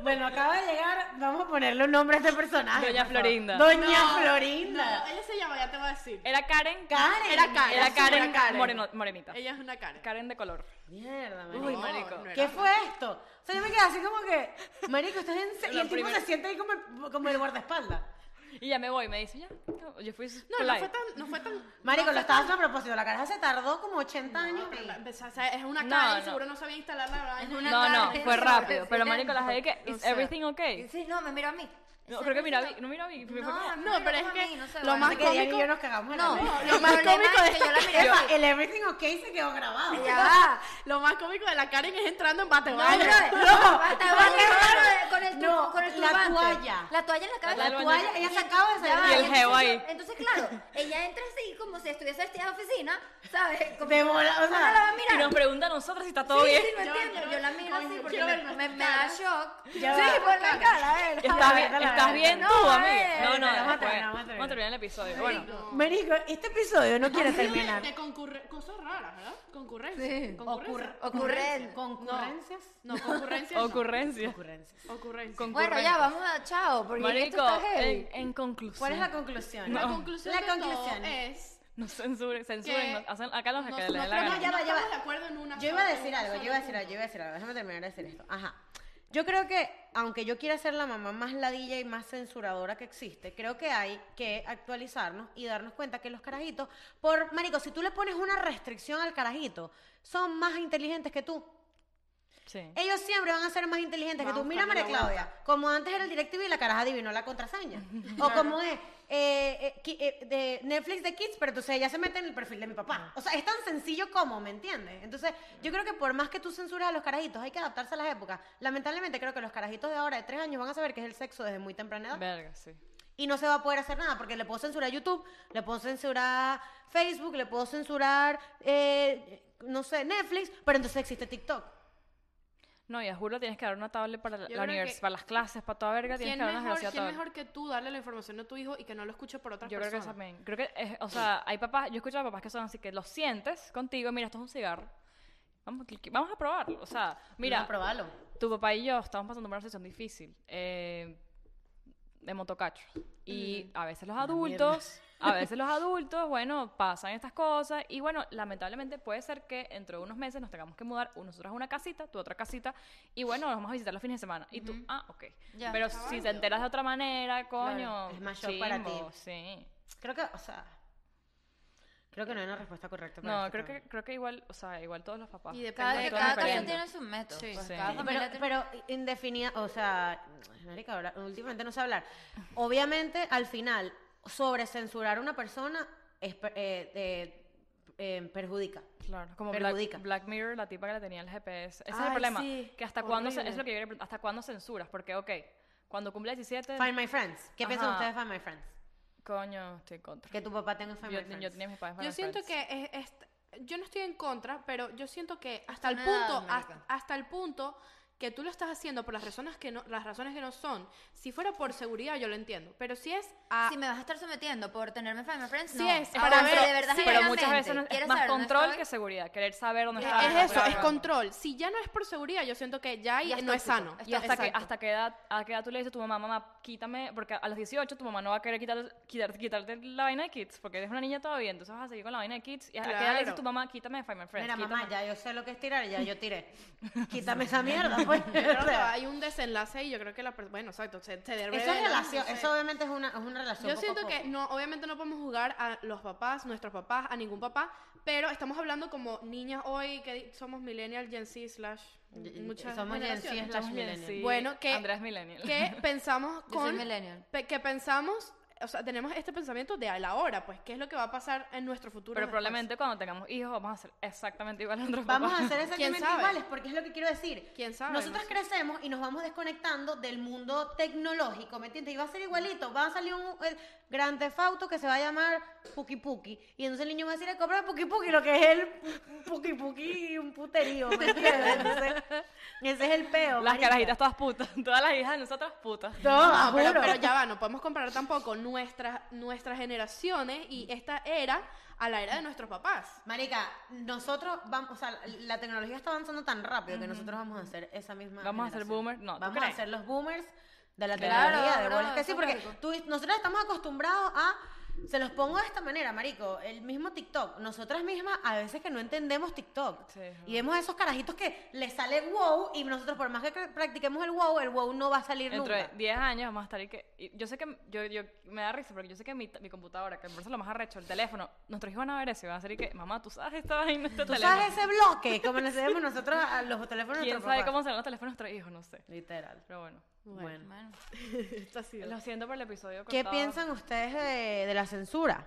S4: Bueno, acaba de llegar, vamos a ponerle un nombre a este personaje.
S5: Doña
S4: por favor.
S5: Florinda.
S4: Doña Florinda.
S1: Ella se llama, ya te voy a decir.
S5: Era Karen.
S4: Karen.
S1: Era Karen.
S5: Era Karen,
S1: Era Karen.
S5: moreno- morenita.
S1: Ella es una cara.
S5: Karen de color.
S4: Mierda, marico.
S5: Uy, marico.
S1: no era.
S4: ¿Qué fue esto? O sea, yo me quedé así como que, marico, estás en serio. Y
S5: La
S4: el tipo
S5: primera.
S4: se siente ahí como el, como el guardaespaldas.
S5: Y ya me voy, me dice, ya. no, Yo fui
S1: No, no
S5: polite.
S1: fue tan... No fue tan
S4: Marico,
S1: no
S4: lo
S1: fue
S4: estabas haciendo a propósito. La caraja se tardó como 80
S1: No,
S4: años.
S1: pero
S4: en-
S1: la- o sea, es una
S5: No,
S1: cara y
S5: no.
S1: seguro no sabía instalar la vaina.
S3: una
S5: No, no,
S3: Karen.
S5: fue rápido.
S3: Sí,
S5: Pero
S3: sí,
S5: marico, las de que,
S1: no
S5: ¿is
S1: sé.
S5: everything
S3: Y
S5: okay?
S3: sí, no, me miró a mí.
S5: No,
S3: Ese
S5: creo que mira,
S3: risa-
S5: vi- no mira, vi. fue como-
S3: No,
S1: No, pero es
S3: a
S1: que
S3: mí, no sé,
S1: lo
S3: bueno.
S1: más
S4: Así que Diana
S1: cómico-
S4: y yo nos cagamos en la
S3: No,
S4: risa.
S1: lo
S3: el
S1: más
S3: problema
S1: cómico
S3: es que yo la miré
S4: Epa,
S3: así.
S4: el Everything OK se quedó grabado.
S3: Ya va.
S1: Lo más cómico de la Karen es entrando en bate
S3: No,
S1: baile.
S3: brother, basta, basta, basta, con el tu-
S4: No,
S3: con el
S4: la
S3: turbante.
S4: toalla.
S3: La toalla en la cabeza.
S5: La
S4: La toalla, ella se acaba de
S3: Ya va,
S5: Y
S4: salir.
S5: el
S3: entonces
S5: geo
S3: yo-
S5: ahí.
S3: Entonces, claro, ella entra así como si estuviese vestida de oficina, ¿sabes? Como,
S4: De bola, o
S3: ¿cómo no la va
S4: sea,
S3: a mirar?
S5: Y nos pregunta a nosotros si está
S3: Sí,
S5: todo bien.
S3: sí, no
S1: Yo-
S3: entiendo. Yo,
S1: yo-
S3: la miro
S1: coño,
S3: así porque
S1: quiero
S3: me,
S1: ver
S3: me-
S1: nuestra
S3: me da
S1: cara.
S3: shock.
S4: Ya
S3: sí,
S4: va,
S3: por la
S4: cara.
S3: cara, ¿eh? a ver.
S5: ¿Estás
S4: Dale,
S5: bien, estás
S4: dale,
S5: bien
S3: dale.
S5: tú,
S3: No, a
S5: amiga?
S3: ver,
S5: No,
S4: vamos
S5: no,
S4: a
S5: después.
S4: terminar, vamos a
S5: Vamos a terminar el episodio. Bueno,
S4: Marico, este episodio no quiere
S1: Ha sido de-
S4: terminar.
S1: de concurre- cosas raras, ¿verdad? Concurrencia.
S3: Sí.
S1: Concurrencia.
S3: Ocurre- ocurren-
S4: ¿Concurrencias?
S1: No, concurrencia.
S5: ocurrencia.
S4: Concurrencias.
S1: No. Ocurrencia.
S3: Bueno, ya, vamos a chao, porque esto
S5: Marico, eh,
S3: está heavy.
S5: en, en conclusión.
S4: ¿Cuál es la conclusión?
S1: La
S5: No.
S1: conclusión,
S4: La
S1: de
S4: conclusión.
S1: todo es.
S5: Nos censuren, censuren. nos hacen- acá los
S1: nos-
S5: que les dé
S1: nos-
S5: la
S1: no,
S5: gana.
S4: ya va,
S1: no
S4: ya va.
S1: estamos de acuerdo en una
S4: Yo iba a
S1: sola-
S4: decir
S1: en un
S4: algo, yo
S1: solo
S4: iba a decir
S1: punto.
S4: algo, yo iba a decir algo. Déjame terminar de decir esto. Ajá. Yo creo que, aunque yo quiera ser la mamá más ladilla y más censuradora que existe, creo que hay que actualizarnos y darnos cuenta que los carajitos, por marico, si tú le pones una restricción al carajito, son más inteligentes que tú.
S5: Sí.
S4: Ellos siempre van a ser más inteligentes que tú. Mira, María Claudia, como antes era el DirecTV y la caraja adivinó la contraseña. O como es eh, eh, ki- eh, de Netflix de Kids, pero entonces ella se mete en el perfil de mi papá. O sea, es tan sencillo como, ¿me entiendes? Entonces, yo creo que por más que tú censures a los carajitos, hay que adaptarse a las épocas. Lamentablemente, creo que los carajitos de ahora de tres años van a saber que es el sexo desde muy temprana edad.
S5: Verga, sí.
S4: Y no se va a poder hacer nada, porque le puedo censurar YouTube, le puedo censurar Facebook, le puedo censurar, eh, no sé, Netflix, pero entonces existe TikTok.
S5: No, y a juro tienes que dar una tablet para la,
S1: Yo
S5: la
S1: creo
S5: univers-
S1: que-
S5: para las clases, para toda verga, tienes
S1: ¿Quién
S5: que dar una
S1: mejor,
S5: desgraciada
S1: quién mejor
S5: tablet.
S1: que tú darle la información a tu hijo y que no lo escuche por otras
S5: Yo creo que
S1: personas?
S5: eso también. Creo que, es, o sea, hay papás, yo escucho a papás que son así que lo sientes contigo, mira, esto es un cigarro. Vamos, que- que- vamos a probarlo. O sea, mira,
S4: Vamos a probarlo.
S5: tu papá y yo estamos pasando por una situación difícil eh, de motocacho. Y a veces los adultos, a veces los adultos, bueno, pasan estas cosas. Y bueno, lamentablemente puede ser que dentro de unos meses nos tengamos que mudar, u- nosotros a una casita, tú a otra casita. Y bueno, nos vamos a visitar los fines de semana. Y tú, ah, ok.
S3: Ya.
S5: Pero si te enteras de otra manera, coño.
S4: Claro, es más shock para ti.
S5: chimbo, Sí.
S4: Creo que, o sea, creo que no hay una respuesta correcta. para
S5: No,
S4: este
S5: creo
S4: tema.
S5: que, creo que igual, o sea, igual todos los papás.
S1: Y depende
S3: Cada,
S1: de
S5: que-
S1: cada
S3: cada
S5: diferente.
S3: casa
S1: persona.
S3: tiene su método.
S1: Sí.
S3: pues,
S5: Sí.
S3: cada
S4: Pero,
S3: familia tiene-
S4: pero indefinida, o sea, marica, ahora últimamente no sé hablar. Obviamente, al final, sobrecensurar a una persona es per- eh, eh, eh, perjudica.
S5: Claro, como
S4: Perjudica.
S5: Black, Black Mirror, la tipa que le tenía el GPS. Ese es el
S1: Ay,
S5: problema.
S1: sí,
S5: Que hasta cuándo, se-
S1: horrible.
S5: es lo que yo quería preguntar, hasta cuándo censuras, porque, ok, cuando cumple 17,
S4: Find My Friends. ¿Qué piensan
S5: Ajá.
S4: ustedes de Find My Friends?
S5: coño, estoy en contra.
S4: Que tu papá tenga un
S5: Yo,
S4: Find My
S5: yo
S4: Friends.
S5: tenía mis padres
S1: Yo
S5: para
S1: siento
S5: Friends.
S1: que es, es- yo no estoy en contra, pero yo siento que hasta el
S3: una edad,
S1: punto
S3: marica.
S1: hasta, hasta el punto que tú lo estás haciendo por las razones que no las razones que no son. Si fuera por seguridad yo lo entiendo, pero si es a
S3: Si me vas a estar sometiendo por tenerme Family Friends,
S1: ah, Sí
S3: no.
S1: es,
S3: Ahora,
S1: para
S3: si
S1: ver-
S3: de verdad
S1: sí,
S5: Pero
S3: genuinamente
S5: muchas veces no- es
S3: quieres
S5: más
S3: saber dónde
S5: control
S3: estoy,
S5: que seguridad, querer saber dónde
S1: es,
S5: está.
S1: es eso, es
S5: claro.
S1: control. Si ya no es por seguridad, yo siento que ya ahí
S3: Ya es
S1: no es
S3: tóxico,
S1: sano.
S3: es
S5: Y hasta que,
S3: Exacto.
S5: hasta qué edad, a qué edad tú le dices a tu mamá, mamá, quítame, porque a los 18 tu mamá no va a querer quitar, quitar- quitarte la vaina de kids, porque eres una niña todavía, entonces vas a seguir con la vaina de kids. Y a qué edad le dices a
S1: Claro.
S5: tu mamá, quítame de Find My Friends.
S4: Mira, mamá,
S5: quítame".
S4: ya yo sé lo que es tirar, ya yo tiré. Quítame esa mierda, pues.
S1: Yo creo que hay un desenlace y yo creo que la persona, bueno, exacto, se, se debe
S4: Eso
S1: de-
S4: es relación,
S1: no sé.
S4: eso obviamente es una, es una relación.
S1: Yo
S4: poco a
S1: siento que
S4: poco.
S1: no, obviamente no podemos jugar a los papás, nuestros papás, a ningún papá, pero estamos hablando como niñas hoy que di- somos millennial, Gen Z slash muchas
S4: Somos Gen
S1: generaciones.
S4: Z slash
S5: Estamos bien,
S4: millennial.
S5: sí.
S1: Bueno, que-
S5: Andrea es millennial.
S1: que pensamos
S3: Yo soy
S1: con
S3: millennial.
S1: pe- que pensamos, o sea, tenemos este pensamiento de a la hora, pues, qué es lo que va a pasar en nuestro futuro.
S5: Pero
S1: después?
S5: probablemente cuando tengamos hijos vamos a hacer exactamente igual a nuestros
S4: Vamos a
S5: papás.
S4: hacer exactamente
S1: sabe?
S4: iguales, porque es lo que quiero decir.
S1: ¿Quién sabe?
S4: Nosotras
S1: No sé.
S4: crecemos y nos vamos desconectando del mundo tecnológico, ¿me entiendes? Y va a ser igualito, va a salir un el gran defauto que se va a llamar Puki Puki. Y entonces el niño va a decir, compra Puki Puki, lo que es el Puki Puki, un puterío, ¿me entiendes? Entonces, ese es el peo.
S5: Las
S4: marica.
S5: carajitas todas putas, todas las hijas de nosotras putas.
S4: Todas,
S1: No, Ah, pero,
S4: juro.
S1: pero ya va, no podemos comparar tampoco nuestras, nuestras generaciones y esta era a la era de nuestros papás.
S4: Marica, nosotros vamos, o sea, la tecnología está avanzando tan rápido que nosotros vamos a hacer esa misma.
S5: Vamos a ser
S4: generación.
S5: boomers, no, ¿tú
S4: Vamos a
S5: crees?
S4: ser los boomers de la
S5: Claro,
S4: tecnología, de
S3: bro,
S4: bolas que
S3: eso
S4: sí,
S3: es
S4: porque
S3: lógico.
S4: tú, nosotros estamos acostumbrados a. Se los pongo de esta manera, marico. El mismo TikTok. Nosotras mismas a veces que no entendemos TikTok.
S5: Sí, ajá.
S4: y vemos a esos carajitos que les sale wow y nosotros por más que cre- practiquemos el wow, el wow no va a salir
S5: Dentro de
S4: nunca.
S5: 10 años vamos a estar ahí que... y Yo sé que... Yo, yo, me da risa porque yo sé que mi, mi computadora, que me parece lo más arrecho, el teléfono, nuestros hijos van a ver eso y van a decir que, mamá, tú sabes esta vaina, este
S4: ¿Tú
S5: teléfono.
S4: sabes ese bloque? Como le hacemos nosotros a los teléfonos de
S5: ¿Quién
S4: nuestros
S5: sabe
S4: papás.
S5: cómo serán los teléfonos de nuestros hijos? No sé.
S4: Literal.
S5: Pero bueno,
S1: Bueno,
S3: Bueno.
S1: esto ha sido.
S5: Lo siento por el episodio
S4: ¿Qué
S5: cortado.
S4: piensan ustedes de, de la censura?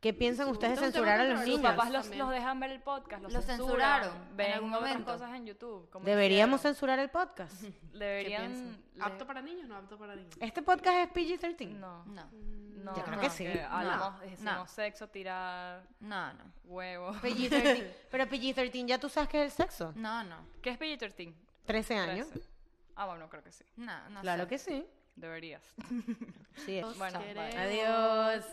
S4: ¿Qué piensan ustedes de
S1: es un tema
S4: censurar a los
S1: controversial.
S5: Sus
S4: niños?
S5: papás los,
S1: También.
S5: nos dejan ver el podcast, los
S3: Lo
S5: censuran,
S3: censuraron en
S5: ven
S3: algún
S5: otras
S3: momento.
S5: cosas en YouTube. como
S4: Deberíamos
S5: hicieron.
S4: censurar el podcast.
S5: Deberían...
S3: piensan?
S5: le-
S1: ¿Apto para niños o no apto para niños?
S4: Este podcast es PG-13.
S5: No.
S3: No,
S5: no.
S4: Mm. Yo creo
S5: no,
S4: que sí. No,
S5: hablamos, decimos
S3: no.
S5: eh, sexo, tirar,
S3: no, no.
S5: huevo.
S4: PG-13. Pero PG-13 ya tú sabes que es el sexo.
S3: No, no.
S5: ¿Qué es PG-13?
S4: 13 años.
S5: Mm. Trece. Ah, bueno, creo que sí.
S3: No, no
S4: Claro
S3: sé.
S4: que sí.
S5: Deberías.
S4: Sí es.
S5: Bueno,
S1: Queremos-
S4: Adiós.